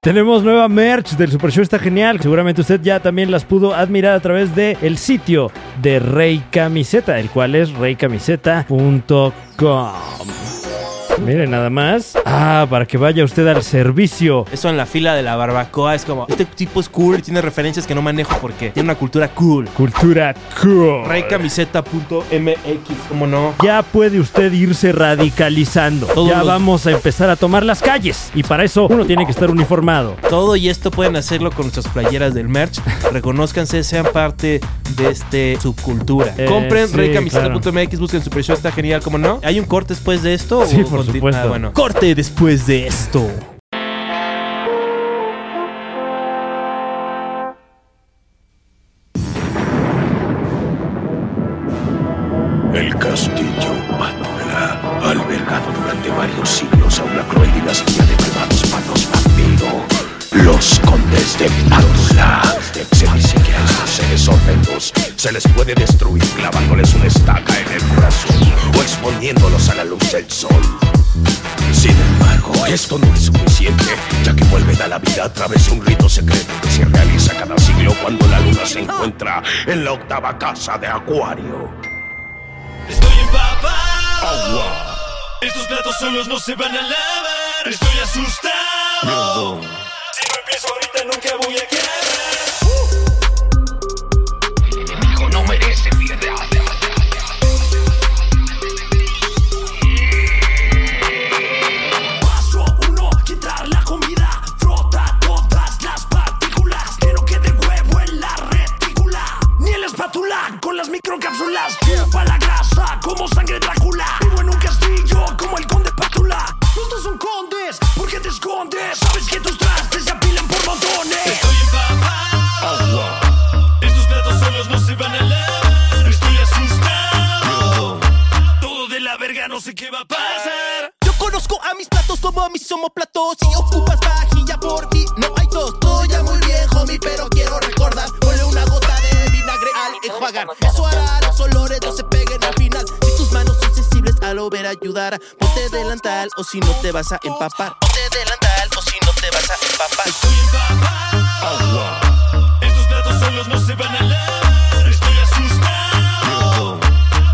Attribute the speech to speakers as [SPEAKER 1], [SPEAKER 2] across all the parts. [SPEAKER 1] Tenemos nueva merch del Super Show, está genial. Seguramente usted ya también las pudo admirar a través de el sitio de Rey Camiseta, el cual es reycamiseta.com. Mire nada más. Ah, para que vaya usted al servicio.
[SPEAKER 2] Eso en la fila de la barbacoa es como, este tipo es cool, tiene referencias que no manejo porque tiene una cultura cool.
[SPEAKER 1] Cultura cool.
[SPEAKER 2] Raycamiseta.mx, ¿cómo no?
[SPEAKER 1] Ya puede usted irse radicalizando.
[SPEAKER 2] Todos
[SPEAKER 1] ya
[SPEAKER 2] los-
[SPEAKER 1] vamos a empezar a tomar las calles. Y para eso uno tiene que estar uniformado.
[SPEAKER 2] Todo y esto pueden hacerlo con nuestras playeras del merch. Reconózcanse, sean parte de este subcultura.
[SPEAKER 1] Eh,
[SPEAKER 2] Compren
[SPEAKER 1] sí,
[SPEAKER 2] reycamiseta.mx, busquen Super Show, está genial, ¿cómo no? ¿Hay un corte después de esto?
[SPEAKER 1] Sí, por
[SPEAKER 2] conti-
[SPEAKER 1] supuesto.
[SPEAKER 2] Ah, bueno. Corte después de esto.
[SPEAKER 3] El castillo Pandora ha albergado durante varios siglos a una cruel dinastía de malvados patos vampiro. Los condes de Pandora. Se dice que a estos seres horrendos se les puede destruir clavándoles una estaca en el corazón o exponiéndolos a la luz del sol. Sin embargo, esto no es suficiente, ya que vuelven a la vida a través de un rito secreto que se realiza cada siglo cuando la luna se encuentra en la octava casa de Acuario.
[SPEAKER 4] Estoy empapado. Estos platos solos no se van a lavar. Estoy asustado. Si no empiezo ahorita, nunca voy a quedar.
[SPEAKER 3] Hijo no merece piedad.
[SPEAKER 4] Paso uno, quitar la comida. Frota todas las partículas. Quiero que de huevo en la retícula. Ni el espátula con las microcápsulas. Chupa la grasa como sangre Drácula. Vivo en un castillo como el conde Pátula. Ustedes son condes, ¿por qué te escondes? Sabes que tus trastes se apilan por montones. Estoy empapado. Estos platos solos no se van a lavar. Estoy asustado. Todo de la verga, no sé qué va a pasar.
[SPEAKER 5] Yo conozco a mis platos como a mis somoplatos Si ocupas vajilla por mí, no hay dos Estoy ya muy bien, homie, pero quiero recordar Ponle una gota de vinagre al enjuagar Eso hará los olores no se peguen al final Si tus manos son sensibles al ver ayudar Ponte delantal o si no te vas a empapar Ponte delantal o si no te vas a empapar
[SPEAKER 4] Estos platos solos no se van a lavar. Estoy asustado.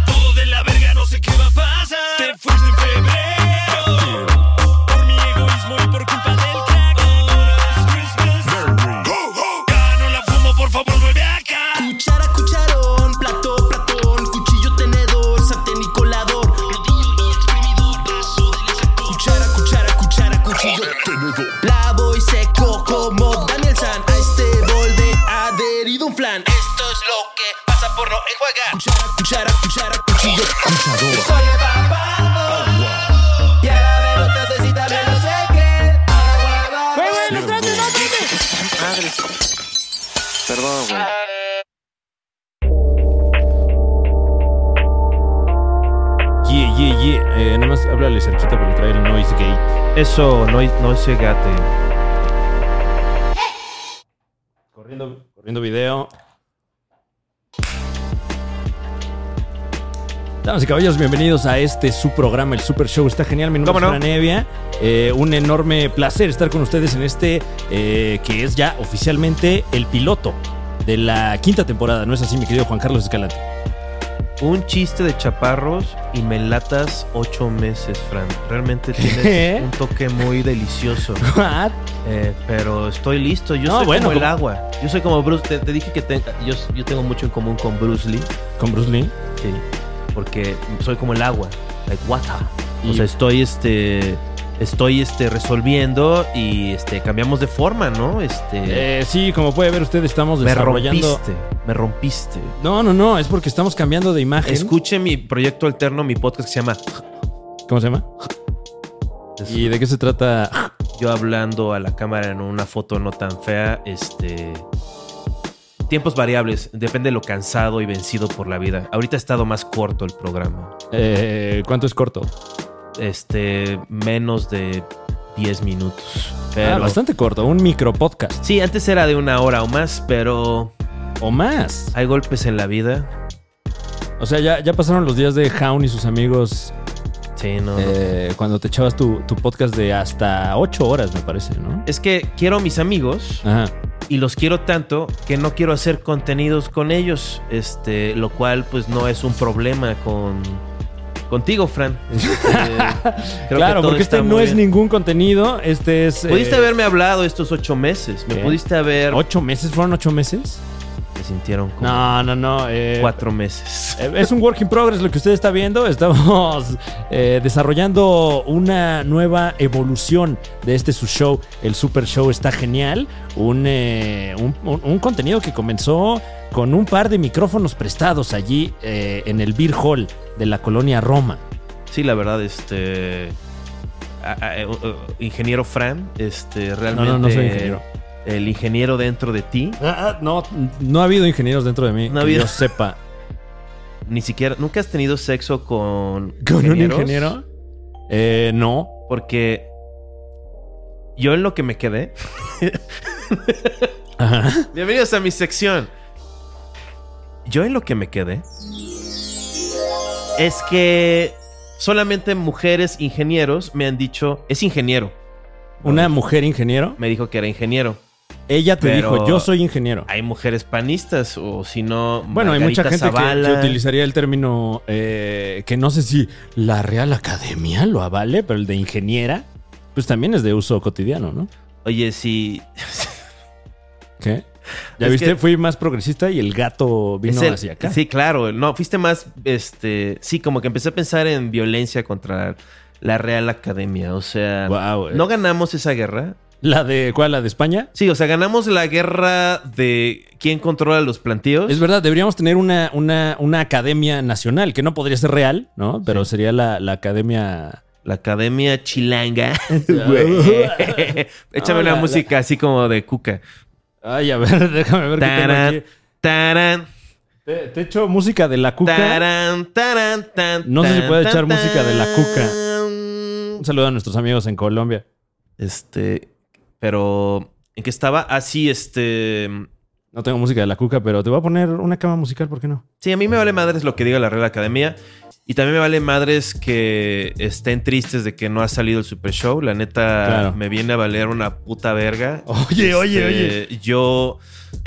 [SPEAKER 4] Todo de la verga, no sé qué va a pasar. Te fuiste en febrero. Por mi egoísmo y por culpa del crack. Ahora es Christmas. Ho, ho. Ya no la fumo, por favor, vuelve acá.
[SPEAKER 5] Cuchara, cucharón, plato, platón, cuchillo, tenedor, sartén y colador, rodillo y exprimidor, vaso de leche. Cuchara, cuchara, cuchara, cuchillo, lavo y seco como Daniel San. A este bol de adherido un flan. Esto es lo que pasa por no enjuagar. Cuchara, cuchara, cuchara, cuchillo, cuchador. Estoy empapado. Y ahora ver otra tecita, me lo sé que.
[SPEAKER 6] Yeah, yeah, yeah. Eh, nada más háblale cerquita porque trae el noise gate.
[SPEAKER 2] Eso, no, no se gate.
[SPEAKER 6] Corriendo, corriendo video.
[SPEAKER 1] Damas y caballeros, bienvenidos a este su programa, el Super Show. Está genial, mi nombre
[SPEAKER 2] ¿Cómo
[SPEAKER 1] es
[SPEAKER 2] no?
[SPEAKER 1] Fran Evia. Eh, un enorme placer estar con ustedes en este eh, que es ya oficialmente el piloto de la quinta temporada. ¿No es así, mi querido Juan Carlos Escalante?
[SPEAKER 2] Un chiste de chaparros y melatas ocho meses, Fran. Realmente tienes un toque muy delicioso.
[SPEAKER 1] What?
[SPEAKER 2] Eh, pero estoy listo. Yo
[SPEAKER 1] No,
[SPEAKER 2] soy
[SPEAKER 1] bueno,
[SPEAKER 2] como el
[SPEAKER 1] como-
[SPEAKER 2] agua. Yo soy como Bruce. Te, te dije que te- yo, yo tengo mucho en común con Bruce Lee.
[SPEAKER 1] Con Bruce Lee.
[SPEAKER 2] Sí. Porque soy como el agua. Like water.
[SPEAKER 1] Y-
[SPEAKER 2] O sea, estoy este. Estoy este resolviendo y este cambiamos de forma, ¿no? Este.
[SPEAKER 1] Eh, sí, como puede ver usted, estamos
[SPEAKER 2] me
[SPEAKER 1] desarrollando.
[SPEAKER 2] rompiste. Me rompiste.
[SPEAKER 1] No, no, no, es porque estamos cambiando de imagen.
[SPEAKER 2] Escuche mi proyecto alterno, mi podcast que se llama
[SPEAKER 1] ¿Cómo se llama?
[SPEAKER 2] Es-
[SPEAKER 1] ¿Y de qué se trata?
[SPEAKER 2] yo hablando a la cámara en una foto no tan fea, este... Tiempos variables, depende de lo cansado y vencido por la vida. Ahorita ha estado más corto el programa.
[SPEAKER 1] Eh, ¿Cuánto es corto?
[SPEAKER 2] Este, menos de 10 minutos.
[SPEAKER 1] Ah,
[SPEAKER 2] Pero...
[SPEAKER 1] bastante corto, un micro podcast
[SPEAKER 2] sí, antes era de una hora o más, pero
[SPEAKER 1] o más.
[SPEAKER 2] hay golpes en la vida.
[SPEAKER 1] O sea, ya, ya pasaron los días de Hound y sus amigos
[SPEAKER 2] Sí, no, no.
[SPEAKER 1] Eh, cuando te echabas tu, tu podcast de hasta ocho horas, me parece, ¿no?
[SPEAKER 2] Es que quiero a mis amigos
[SPEAKER 1] Ajá.
[SPEAKER 2] y los quiero tanto que no quiero hacer contenidos con ellos. Este, lo cual, pues, no es un problema con. Contigo, Fran. Este, creo
[SPEAKER 1] Claro,
[SPEAKER 2] todo
[SPEAKER 1] porque
[SPEAKER 2] está
[SPEAKER 1] este no
[SPEAKER 2] muy
[SPEAKER 1] es
[SPEAKER 2] bien.
[SPEAKER 1] ningún contenido, este es... eh,
[SPEAKER 2] Pudiste haberme hablado estos ocho meses. Me
[SPEAKER 1] ¿Qué?
[SPEAKER 2] pudiste haber.
[SPEAKER 1] ¿Ocho meses? ¿Fueron ocho meses?
[SPEAKER 2] Se sintieron como
[SPEAKER 1] No, no, no. eh,
[SPEAKER 2] cuatro meses.
[SPEAKER 1] Eh, Es un work in progress lo que usted está viendo. Estamos eh, desarrollando una nueva evolución de este su show. El Super Show está genial. Un, eh, un, un- un contenido que comenzó con un par de micrófonos prestados allí eh, en el Beer Hall de la colonia Roma.
[SPEAKER 2] Sí, la verdad, este. a- a- eh, uh, uh, ingeniero Fran, este,
[SPEAKER 1] No,
[SPEAKER 2] realmente.
[SPEAKER 1] no, no soy ingeniero.
[SPEAKER 2] El ingeniero dentro de ti,
[SPEAKER 1] Ah, No, no ha habido ingenieros dentro de mí.
[SPEAKER 2] No ha
[SPEAKER 1] que
[SPEAKER 2] habido.
[SPEAKER 1] yo sepa.
[SPEAKER 2] ni siquiera. ¿Nunca has tenido sexo con.
[SPEAKER 1] ¿Con un
[SPEAKER 2] ingenieros?
[SPEAKER 1] ingeniero? Eh, no.
[SPEAKER 2] Porque. Yo en lo que me quedé.
[SPEAKER 1] Ajá.
[SPEAKER 2] Bienvenidos a mi sección. Yo en lo que me quedé. Es que. Solamente mujeres ingenieros me han dicho. Es ingeniero.
[SPEAKER 1] Una mujer ingeniero.
[SPEAKER 2] Me dijo que era ingeniero.
[SPEAKER 1] Ella te
[SPEAKER 2] Pero-
[SPEAKER 1] dijo, yo soy ingeniero.
[SPEAKER 2] hay mujeres panistas o si no
[SPEAKER 1] Bueno, hay mucha
[SPEAKER 2] Margarita
[SPEAKER 1] gente que-
[SPEAKER 2] Zavala.
[SPEAKER 1] que, utilizaría el término eh, que no sé si la Real Academia lo avale, pero el de ingeniera, pues también es de uso cotidiano, ¿no?
[SPEAKER 2] Oye, si
[SPEAKER 1] ¿Qué? ¿Ya
[SPEAKER 2] Es
[SPEAKER 1] viste?
[SPEAKER 2] que-
[SPEAKER 1] Fui más progresista y el gato vino
[SPEAKER 2] es el-
[SPEAKER 1] hacia acá.
[SPEAKER 2] Sí, claro, no fuiste más este, sí, como que empecé a pensar en violencia contra la Real Academia, o sea,
[SPEAKER 1] Guau, eh.
[SPEAKER 2] no ganamos esa guerra.
[SPEAKER 1] ¿La de cuál? ¿La de España?
[SPEAKER 2] Sí, o sea, ganamos la guerra de quién controla los plantíos.
[SPEAKER 1] Es verdad, deberíamos tener una, una, una academia nacional, que no podría ser real, ¿no? Pero sería la, la academia...
[SPEAKER 2] La Academia Chilanga.
[SPEAKER 1] Güey. Hola,
[SPEAKER 2] Échame
[SPEAKER 1] la-
[SPEAKER 2] una música así como de Cuca.
[SPEAKER 1] Ay, a ver, déjame ver qué tengo
[SPEAKER 2] Tarán,
[SPEAKER 1] aquí.
[SPEAKER 2] tarán.
[SPEAKER 1] Te, te echo música de la cuca.
[SPEAKER 2] Tarán, tarán, tan,
[SPEAKER 1] No sé si
[SPEAKER 2] tan,
[SPEAKER 1] puede
[SPEAKER 2] tan,
[SPEAKER 1] echar música de la
[SPEAKER 2] tan.
[SPEAKER 1] Un saludo a nuestros amigos en Colombia.
[SPEAKER 2] Este, pero ¿en qué estaba? Así, este,
[SPEAKER 1] No tengo música de la cuca, pero te voy a poner una cama musical, ¿por qué no?
[SPEAKER 2] sí, a mí me
[SPEAKER 1] Mm.
[SPEAKER 2] vale madres lo que diga la Real Academia y también me vale madres que estén tristes de que no ha salido el Super Show. La neta
[SPEAKER 1] Claro.
[SPEAKER 2] me viene a valer una puta verga.
[SPEAKER 1] Oye, oye, oye.
[SPEAKER 2] Este, Yo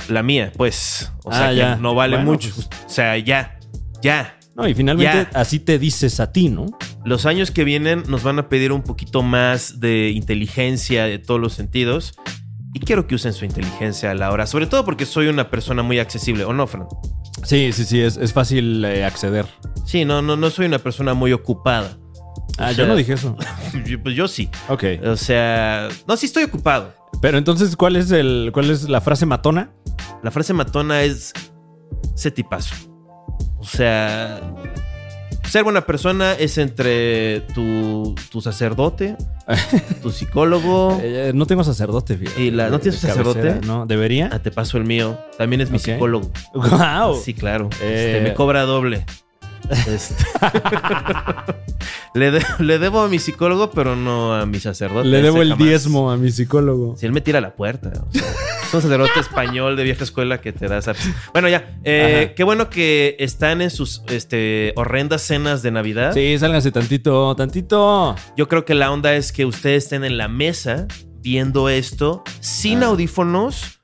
[SPEAKER 2] la mía, pues, o
[SPEAKER 1] Ah,
[SPEAKER 2] sea, que
[SPEAKER 1] ya.
[SPEAKER 2] no vale
[SPEAKER 1] Bueno,
[SPEAKER 2] mucho.
[SPEAKER 1] pues-
[SPEAKER 2] O sea, ya, ya.
[SPEAKER 1] No, y finalmente
[SPEAKER 2] Ya.
[SPEAKER 1] así te dices a ti, ¿no?
[SPEAKER 2] Los años que vienen nos van a pedir un poquito más de inteligencia de todos los sentidos. Y quiero que usen su inteligencia a la hora. Sobre todo porque soy una persona muy accesible. ¿O no, Fran?
[SPEAKER 1] Sí, sí, sí, es, es fácil eh, acceder.
[SPEAKER 2] Sí, no, no, no soy una persona muy ocupada.
[SPEAKER 1] Ah,
[SPEAKER 2] O
[SPEAKER 1] yo
[SPEAKER 2] sea-
[SPEAKER 1] no dije eso.
[SPEAKER 2] Yo- pues yo sí.
[SPEAKER 1] Ok.
[SPEAKER 2] O sea, no, sí estoy ocupado.
[SPEAKER 1] Pero entonces, ¿cuál es el, cuál es la frase matona?
[SPEAKER 2] La frase matona es ese tipazo. O sea, ser buena persona es entre tu, tu sacerdote, tu psicólogo.
[SPEAKER 1] Eh, no tengo sacerdote, fíjate.
[SPEAKER 2] ¿Y la- no
[SPEAKER 1] Eh,
[SPEAKER 2] tienes
[SPEAKER 1] de
[SPEAKER 2] sacerdote?
[SPEAKER 1] cabecera, No, debería.
[SPEAKER 2] Ah, te paso el mío. También es mi
[SPEAKER 1] Ok.
[SPEAKER 2] psicólogo.
[SPEAKER 1] ¡Wow!
[SPEAKER 2] Sí, claro.
[SPEAKER 1] Eh.
[SPEAKER 2] Este, me cobra doble. Este. le, de- le debo a mi psicólogo, pero no a mi sacerdote.
[SPEAKER 1] Le debo
[SPEAKER 2] Ese
[SPEAKER 1] el
[SPEAKER 2] jamás.
[SPEAKER 1] diezmo a mi psicólogo.
[SPEAKER 2] Si él me tira a la puerta. o sea, es un sacerdote español de vieja escuela que te da esa- Bueno, ya. eh,
[SPEAKER 1] Ajá.
[SPEAKER 2] qué bueno que están en sus este, horrendas cenas de Navidad.
[SPEAKER 1] Sí, sálganse tantito, tantito.
[SPEAKER 2] Yo creo que la onda es que ustedes estén en la mesa viendo esto sin
[SPEAKER 1] Ah.
[SPEAKER 2] audífonos,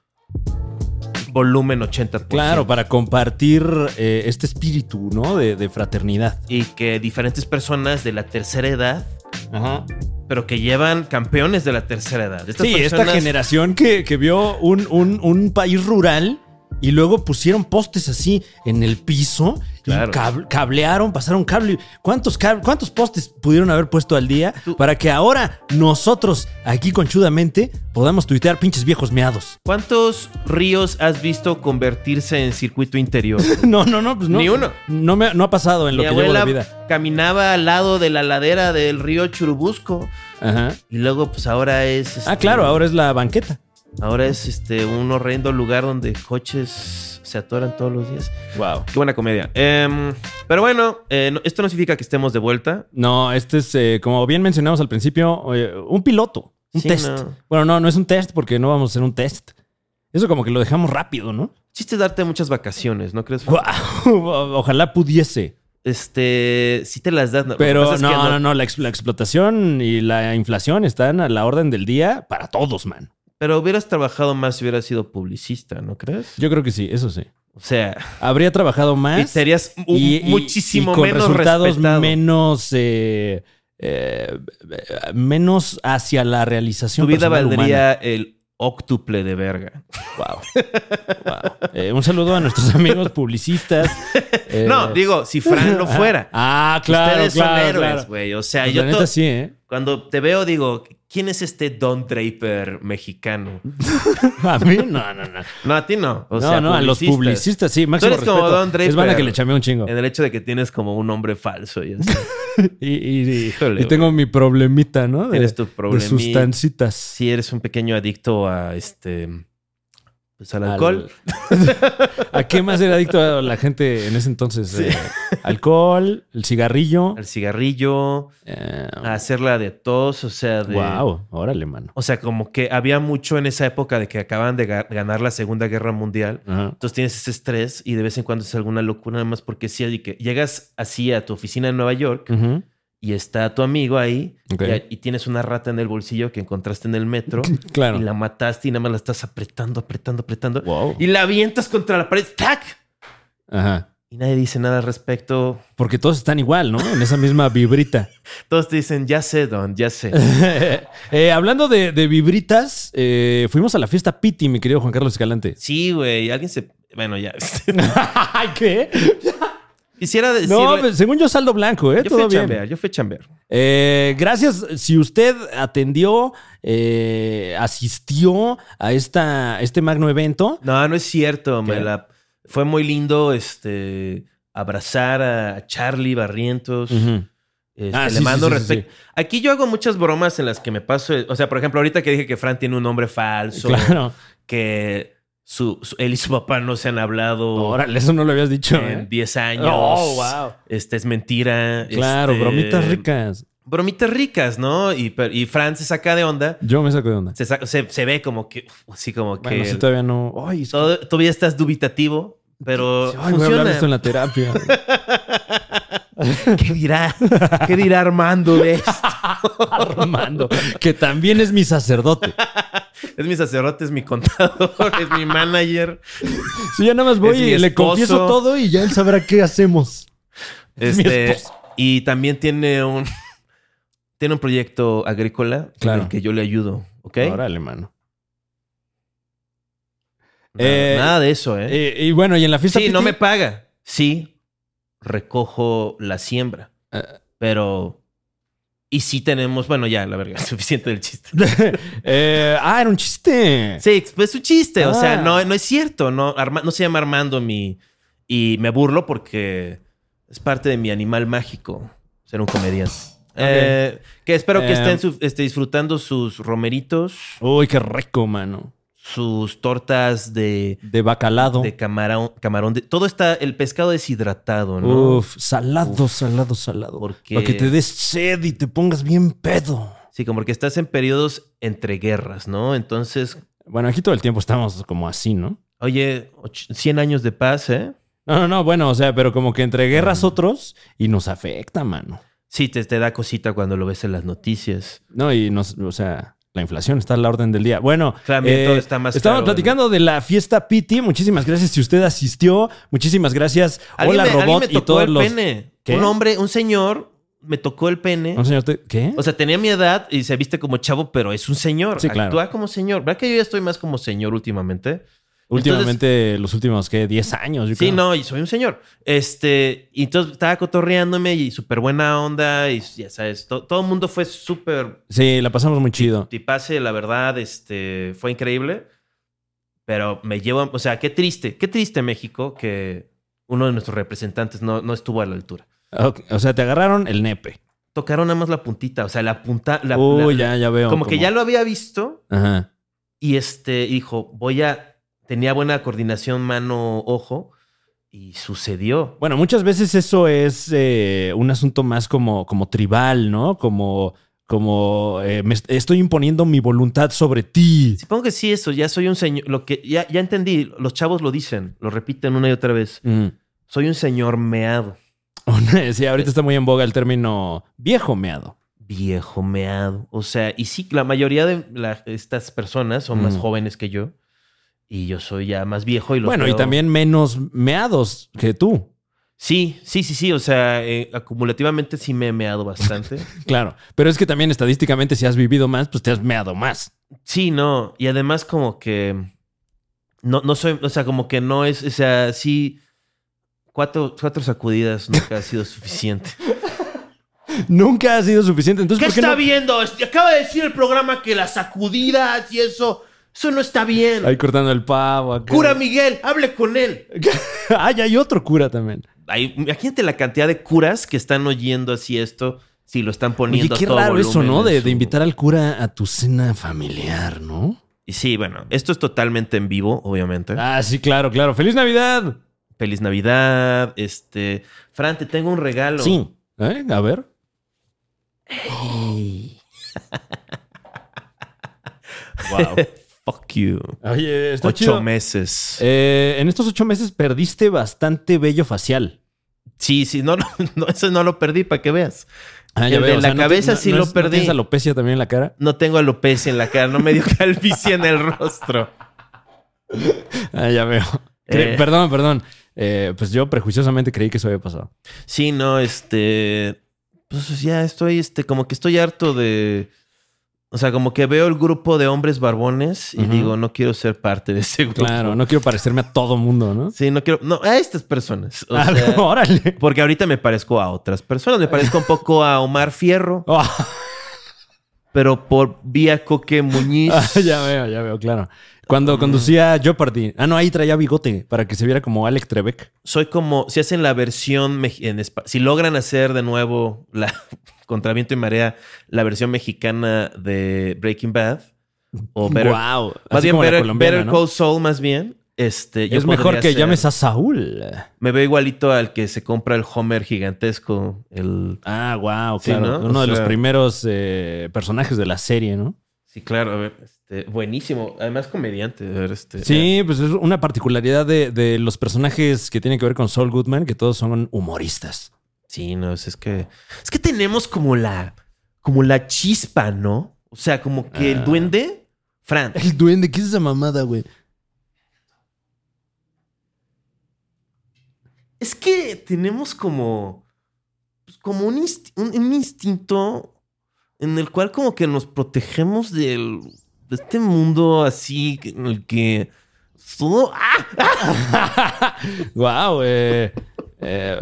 [SPEAKER 2] volumen 80%.
[SPEAKER 1] Claro, para compartir eh, este espíritu, ¿no? De, de fraternidad.
[SPEAKER 2] y que diferentes personas de la tercera edad,
[SPEAKER 1] Ajá.
[SPEAKER 2] pero que llevan campeones de la tercera edad. Estas
[SPEAKER 1] sí, esta
[SPEAKER 2] personas-
[SPEAKER 1] generación que, que vio un, un- un país rural y luego pusieron postes así en el piso
[SPEAKER 2] Claro.
[SPEAKER 1] y cab- cablearon, pasaron cable. ¿Cuántos, cab- ¿Cuántos postes pudieron haber puesto al día
[SPEAKER 2] Tú-
[SPEAKER 1] para que ahora nosotros, aquí conchudamente, podamos tuitear pinches viejos meados?
[SPEAKER 2] ¿Cuántos ríos has visto convertirse en circuito interior?
[SPEAKER 1] No, no, no, pues no.
[SPEAKER 2] Ni uno.
[SPEAKER 1] No, me, no ha pasado en lo
[SPEAKER 2] Mi
[SPEAKER 1] que llevo de
[SPEAKER 2] abuela
[SPEAKER 1] vida.
[SPEAKER 2] caminaba al lado de la ladera del río Churubusco
[SPEAKER 1] Ajá.
[SPEAKER 2] y luego pues ahora es... este,
[SPEAKER 1] Ah, claro, ahora es la banqueta.
[SPEAKER 2] Ahora es este un horrendo lugar donde coches se atoran todos los días.
[SPEAKER 1] Wow.
[SPEAKER 2] Qué buena comedia. Em, pero bueno, eh, no- esto no significa que estemos de vuelta.
[SPEAKER 1] No, este es, eh, como bien mencionamos al principio, eh, un piloto, un
[SPEAKER 2] Sí,
[SPEAKER 1] test.
[SPEAKER 2] no.
[SPEAKER 1] Bueno, no, no es un test porque no vamos a hacer un test. Eso como que lo dejamos rápido, ¿no?
[SPEAKER 2] Chiste es darte muchas vacaciones, ¿no crees?
[SPEAKER 1] Guau, Ojalá pudiese.
[SPEAKER 2] Este, sí te las das.
[SPEAKER 1] Pero
[SPEAKER 2] lo que
[SPEAKER 1] no,
[SPEAKER 2] pasa es que
[SPEAKER 1] no, no, la, ex- la explotación y la inflación están a la orden del día para todos, man.
[SPEAKER 2] Pero hubieras trabajado más si hubieras sido publicista, ¿no crees?
[SPEAKER 1] Yo creo que sí, eso sí.
[SPEAKER 2] O sea,
[SPEAKER 1] Habría trabajado más.
[SPEAKER 2] y serías mu-
[SPEAKER 1] ¿Ah? y- y-
[SPEAKER 2] muchísimo
[SPEAKER 1] y con
[SPEAKER 2] menos
[SPEAKER 1] resultados
[SPEAKER 2] respetado.
[SPEAKER 1] menos eh, eh, menos hacia la realización
[SPEAKER 2] tu vida
[SPEAKER 1] personal humana.
[SPEAKER 2] valdría el octuple de verga.
[SPEAKER 1] Eh, un saludo a nuestros amigos publicistas Eh,
[SPEAKER 2] No, digo, si Fran no fuera.
[SPEAKER 1] ah claro
[SPEAKER 2] Ustedes
[SPEAKER 1] claro,
[SPEAKER 2] son héroes,
[SPEAKER 1] claro.
[SPEAKER 2] güey. O sea,
[SPEAKER 1] Pues
[SPEAKER 2] yo
[SPEAKER 1] la
[SPEAKER 2] to-
[SPEAKER 1] neta sí eh
[SPEAKER 2] cuando te veo digo, ¿quién es este Don Draper mexicano?
[SPEAKER 1] a mí no no no
[SPEAKER 2] No, a ti no. O
[SPEAKER 1] no,
[SPEAKER 2] sea,
[SPEAKER 1] no, a los publicistas, sí, máximo
[SPEAKER 2] eres como
[SPEAKER 1] respeto.
[SPEAKER 2] Don Draper.
[SPEAKER 1] es van que le chamé un chingo.
[SPEAKER 2] En el hecho de que tienes como un hombre falso y así.
[SPEAKER 1] Y, y- y-
[SPEAKER 2] Híjole,
[SPEAKER 1] y tengo mi problemita, ¿no? De,
[SPEAKER 2] Tienes tu
[SPEAKER 1] de
[SPEAKER 2] problemita.
[SPEAKER 1] sustancitas.
[SPEAKER 2] si eres un pequeño adicto a este pues al alcohol.
[SPEAKER 1] ¿A qué más era adicto a la gente en ese entonces? Eh, alcohol, el cigarrillo.
[SPEAKER 2] Al cigarrillo,
[SPEAKER 1] eh,
[SPEAKER 2] a hacerla de tos, o sea, de.
[SPEAKER 1] Wow, órale, mano.
[SPEAKER 2] O sea, como que había mucho en esa época de que acaban de ga- ganar la Segunda Guerra Mundial.
[SPEAKER 1] Ajá.
[SPEAKER 2] Entonces tienes ese estrés y de vez en cuando es alguna locura, nada más porque sí, de que llegas así a tu oficina en Nueva York
[SPEAKER 1] Ujú.
[SPEAKER 2] y está tu amigo ahí
[SPEAKER 1] Ok.
[SPEAKER 2] y, y tienes una rata en el bolsillo que encontraste en el metro
[SPEAKER 1] Claro.
[SPEAKER 2] y la mataste y nada más la estás apretando, apretando, apretando
[SPEAKER 1] Wow.
[SPEAKER 2] y la avientas contra la pared. ¡Tac!
[SPEAKER 1] Ajá.
[SPEAKER 2] Y nadie dice nada al respecto.
[SPEAKER 1] Porque todos están igual, ¿no? En esa misma vibrita.
[SPEAKER 2] Todos te dicen, ya sé, Don, ya sé.
[SPEAKER 1] Eh, hablando de, de vibritas, eh, fuimos a la fiesta Piti, mi querido Juan Carlos Escalante.
[SPEAKER 2] Sí, güey, alguien se... Bueno, ya.
[SPEAKER 1] Ay, ¿Qué?
[SPEAKER 2] Quisiera decir...
[SPEAKER 1] No, pues, según yo, saldo blanco, ¿eh?
[SPEAKER 2] yo fui
[SPEAKER 1] Todo
[SPEAKER 2] a
[SPEAKER 1] bien.
[SPEAKER 2] chambear, yo fui a chambear.
[SPEAKER 1] Eh, gracias si usted atendió, eh, asistió a esta, este magno evento.
[SPEAKER 2] No, no es cierto. me
[SPEAKER 1] ¿Qué?
[SPEAKER 2] la- Fue muy lindo este, abrazar a Charlie Barrientos. Este,
[SPEAKER 1] Ah,
[SPEAKER 2] le
[SPEAKER 1] sí, sí,
[SPEAKER 2] mando
[SPEAKER 1] sí, sí,
[SPEAKER 2] respeto. Aquí yo hago muchas bromas en las que me paso. O sea, por ejemplo, ahorita que dije que Fran tiene un nombre falso,
[SPEAKER 1] Claro.
[SPEAKER 2] que su, su- él y su papá no se han hablado
[SPEAKER 1] Órale, eso no lo habías dicho. ¿eh?
[SPEAKER 2] en 10 años.
[SPEAKER 1] Oh, wow.
[SPEAKER 2] Este es mentira.
[SPEAKER 1] Claro,
[SPEAKER 2] este,
[SPEAKER 1] bromitas ricas.
[SPEAKER 2] Bromitas ricas, ¿no? Y, per- y Fran se saca de onda.
[SPEAKER 1] Yo me saco de onda.
[SPEAKER 2] Se, saca- se- se ve como que, uf, así como que
[SPEAKER 1] Bueno, sí, todavía no. Ay, es que-
[SPEAKER 2] Todo- todavía estás dubitativo, pero
[SPEAKER 1] Ay, voy a hablar de
[SPEAKER 2] funciona.
[SPEAKER 1] esto en la terapia.
[SPEAKER 2] ¿Qué dirá? ¿Qué dirá Armando de esto?
[SPEAKER 1] Armando, que también es mi sacerdote.
[SPEAKER 2] Es mi sacerdote, es mi contador, es mi manager.
[SPEAKER 1] Si yo nada más voy
[SPEAKER 2] Es mi
[SPEAKER 1] y le
[SPEAKER 2] esposo.
[SPEAKER 1] confieso todo y ya él sabrá qué hacemos. Es mi
[SPEAKER 2] Este,
[SPEAKER 1] esposo.
[SPEAKER 2] y también tiene un tiene un proyecto agrícola
[SPEAKER 1] Claro.
[SPEAKER 2] en el que yo le ayudo, ¿ok?
[SPEAKER 1] Órale, mano.
[SPEAKER 2] nada,
[SPEAKER 1] Eh,
[SPEAKER 2] nada de eso, ¿eh?
[SPEAKER 1] Eh, y bueno, y en la fiesta.
[SPEAKER 2] sí, no
[SPEAKER 1] Piti-
[SPEAKER 2] me paga. Sí, recojo la siembra,
[SPEAKER 1] Eh.
[SPEAKER 2] pero... Y sí tenemos... Bueno, ya, la verga, suficiente del chiste.
[SPEAKER 1] Eh, ah, era un chiste.
[SPEAKER 2] Sí, pues es un chiste. O sea,
[SPEAKER 1] Ah.
[SPEAKER 2] no, no es cierto. No, Arma- no se llama Armando mi. Y me burlo porque es parte de mi animal mágico. Ser un comediante. Eh, que espero que
[SPEAKER 1] Eh.
[SPEAKER 2] estén su- este, disfrutando sus romeritos,
[SPEAKER 1] Uy, qué rico, mano.
[SPEAKER 2] sus tortas de,
[SPEAKER 1] De bacalado.
[SPEAKER 2] de camarón, camarón de- todo está el pescado deshidratado, ¿no?
[SPEAKER 1] Uf, salado, salado, salado.
[SPEAKER 2] Porque-
[SPEAKER 1] Para que te des sed y te pongas bien pedo.
[SPEAKER 2] Sí, como que estás en periodos entre guerras, ¿no? Entonces,
[SPEAKER 1] Bueno, aquí todo el tiempo estamos como así, ¿no?
[SPEAKER 2] oye, och- 100 años de paz, ¿eh?
[SPEAKER 1] No, no, no, bueno, o sea, pero como que entre guerras otros y nos afecta, mano.
[SPEAKER 2] Sí, te, te da cosita cuando lo ves en las noticias.
[SPEAKER 1] No, y nos, o sea, la inflación está a la orden del día. Bueno,
[SPEAKER 2] También todo está más
[SPEAKER 1] estamos
[SPEAKER 2] caro,
[SPEAKER 1] Eh, platicando de la fiesta Piti. Muchísimas gracias si usted asistió. Muchísimas gracias.
[SPEAKER 2] Alguien
[SPEAKER 1] Hola,
[SPEAKER 2] me- alguien
[SPEAKER 1] robot
[SPEAKER 2] me
[SPEAKER 1] y
[SPEAKER 2] tocó
[SPEAKER 1] todos
[SPEAKER 2] el
[SPEAKER 1] los.
[SPEAKER 2] pene.
[SPEAKER 1] ¿Qué?
[SPEAKER 2] Un hombre, un señor, me tocó el pene.
[SPEAKER 1] Un señor te- ¿Qué?
[SPEAKER 2] O sea, tenía mi edad y se viste como chavo, pero es un señor.
[SPEAKER 1] Sí, claro.
[SPEAKER 2] Actúa como señor. ¿Verdad que yo ya estoy más como señor últimamente?
[SPEAKER 1] Últimamente, los últimos, ¿qué? 10 años, yo
[SPEAKER 2] Sí,
[SPEAKER 1] creo.
[SPEAKER 2] no, y soy un señor. Este, y entonces estaba cotorreándome y súper buena onda y ya sabes, to- todo el mundo fue súper
[SPEAKER 1] Sí, la pasamos muy chido.
[SPEAKER 2] tipase, la verdad, este, fue increíble. Pero me lleva, o sea, qué triste, qué triste México que uno de nuestros representantes no, no estuvo a la altura.
[SPEAKER 1] Ok, O sea, te agarraron el nepe.
[SPEAKER 2] tocaron nada más la puntita, o sea, la punta, la,
[SPEAKER 1] Uy,
[SPEAKER 2] la-
[SPEAKER 1] ya, ya veo.
[SPEAKER 2] como que ya lo había visto
[SPEAKER 1] Ajá.
[SPEAKER 2] y este dijo, voy a, tenía buena coordinación mano ojo y sucedió.
[SPEAKER 1] Bueno, muchas veces eso es eh, un asunto más como, como tribal, ¿no? Como, como eh, me est- estoy imponiendo mi voluntad sobre ti.
[SPEAKER 2] Supongo que sí, eso, ya soy un señor, lo que ya, ya entendí, los chavos lo dicen, lo repiten una y otra vez,
[SPEAKER 1] Mm.
[SPEAKER 2] soy un señor meado.
[SPEAKER 1] Una- sí, ahorita está muy en boga el término viejo meado.
[SPEAKER 2] Viejo meado. O sea, y sí, la mayoría de la- estas personas son más
[SPEAKER 1] Mm.
[SPEAKER 2] jóvenes que yo. Y yo soy ya más viejo y los
[SPEAKER 1] bueno, y
[SPEAKER 2] veo-
[SPEAKER 1] también menos meados que tú.
[SPEAKER 2] Sí, sí, sí, sí. O sea, eh, acumulativamente sí me he meado bastante.
[SPEAKER 1] Claro. Pero es que también estadísticamente, si has vivido más, pues te has meado más.
[SPEAKER 2] sí, no. Y además como que... No, no soy... O sea, como que no es... O sea, sí... Cuatro, cuatro sacudidas nunca ha sido suficiente.
[SPEAKER 1] Nunca ha sido suficiente. Entonces,
[SPEAKER 2] ¿Qué
[SPEAKER 1] ¿por qué
[SPEAKER 2] está
[SPEAKER 1] Pues no?
[SPEAKER 2] viendo? Este, Acaba de decir el programa que las sacudidas y eso... Eso no está bien.
[SPEAKER 1] Ahí cortando el pavo. acá.
[SPEAKER 2] Cura Miguel, hable con él.
[SPEAKER 1] Ay, hay otro cura también.
[SPEAKER 2] Hay- imagínate la cantidad de curas que están oyendo así esto, si lo están
[SPEAKER 1] Oye,
[SPEAKER 2] poniendo. a
[SPEAKER 1] qué
[SPEAKER 2] todo
[SPEAKER 1] raro eso,
[SPEAKER 2] volumen
[SPEAKER 1] ¿no?
[SPEAKER 2] en
[SPEAKER 1] De,
[SPEAKER 2] su-
[SPEAKER 1] de invitar al cura a tu cena familiar, ¿no?
[SPEAKER 2] Y sí, bueno, esto es totalmente en vivo, obviamente.
[SPEAKER 1] Ah, sí, claro, claro. ¡Feliz Navidad!
[SPEAKER 2] Feliz Navidad, este. Fran, te tengo un regalo.
[SPEAKER 1] Sí. ¿Eh? A ver. wow.
[SPEAKER 2] Fuck you.
[SPEAKER 1] Oye, está
[SPEAKER 2] Ocho
[SPEAKER 1] chido.
[SPEAKER 2] meses.
[SPEAKER 1] Eh, en estos ocho meses perdiste bastante vello facial.
[SPEAKER 2] Sí, sí, no, no, no, eso no lo perdí para que veas.
[SPEAKER 1] Ah,
[SPEAKER 2] ya El de veo, o sea, la no cabeza ti- sí no- no lo es- no perdí.
[SPEAKER 1] ¿Tienes
[SPEAKER 2] tienes
[SPEAKER 1] alopecia también en la cara?
[SPEAKER 2] No tengo alopecia en la cara, no me dio calvicie en el rostro.
[SPEAKER 1] Ah, ya veo. Cre-
[SPEAKER 2] Eh.
[SPEAKER 1] Perdón, perdón. Eh, pues yo prejuiciosamente creí que eso había pasado.
[SPEAKER 2] Sí, no, este. Pues ya estoy, este, como que estoy harto de. O sea, como que veo el grupo de hombres barbones y
[SPEAKER 1] Ujú.
[SPEAKER 2] digo, no quiero ser parte de ese grupo.
[SPEAKER 1] Claro, no quiero parecerme a todo mundo, ¿no?
[SPEAKER 2] Sí, no quiero. No, a estas personas. O
[SPEAKER 1] Ah,
[SPEAKER 2] sea,
[SPEAKER 1] órale.
[SPEAKER 2] porque ahorita me parezco a otras personas. Me parezco un poco a Omar Fierro,
[SPEAKER 1] Oh,
[SPEAKER 2] pero por vía Coque Muñiz.
[SPEAKER 1] ah, ya veo, ya veo, claro. Cuando
[SPEAKER 2] Mm.
[SPEAKER 1] conducía Jeopardy. Ah, no, ahí traía bigote para que se viera como Alex Trebek.
[SPEAKER 2] Soy como. Si hacen la versión. mex- en espa- si logran hacer de nuevo la. Contra viento y marea, la versión mexicana de Breaking Bad. O Better
[SPEAKER 1] wow.
[SPEAKER 2] Más
[SPEAKER 1] Así
[SPEAKER 2] bien
[SPEAKER 1] como la
[SPEAKER 2] Better,
[SPEAKER 1] colombiana,
[SPEAKER 2] Better
[SPEAKER 1] ¿no?
[SPEAKER 2] Call Saul, más bien. Este, yo
[SPEAKER 1] Es mejor
[SPEAKER 2] podría
[SPEAKER 1] que
[SPEAKER 2] ser-
[SPEAKER 1] llames a Saúl.
[SPEAKER 2] Me veo igualito al que se compra el Homer gigantesco. El...
[SPEAKER 1] Ah, wow,
[SPEAKER 2] Sí,
[SPEAKER 1] claro.
[SPEAKER 2] ¿no?
[SPEAKER 1] Uno
[SPEAKER 2] O
[SPEAKER 1] de los
[SPEAKER 2] sea-
[SPEAKER 1] primeros eh, personajes de la serie, ¿no?
[SPEAKER 2] Sí, claro. A ver, este, buenísimo. Además, comediante. A ver, este,
[SPEAKER 1] Sí, pues es una particularidad de, de los personajes que tienen que ver con Saul Goodman, que todos son humoristas.
[SPEAKER 2] Sí, no, es, es que... Es que tenemos como la... Como la chispa, ¿no? O sea, como que
[SPEAKER 1] Ah.
[SPEAKER 2] el duende... Fran,
[SPEAKER 1] El duende, ¿qué es esa mamada, güey?
[SPEAKER 2] es que tenemos como... pues, como un, inst- un- un instinto en el cual como que nos protegemos del... De este mundo así que- en el que... Todo... ¡Ah!
[SPEAKER 1] wow, eh, eh,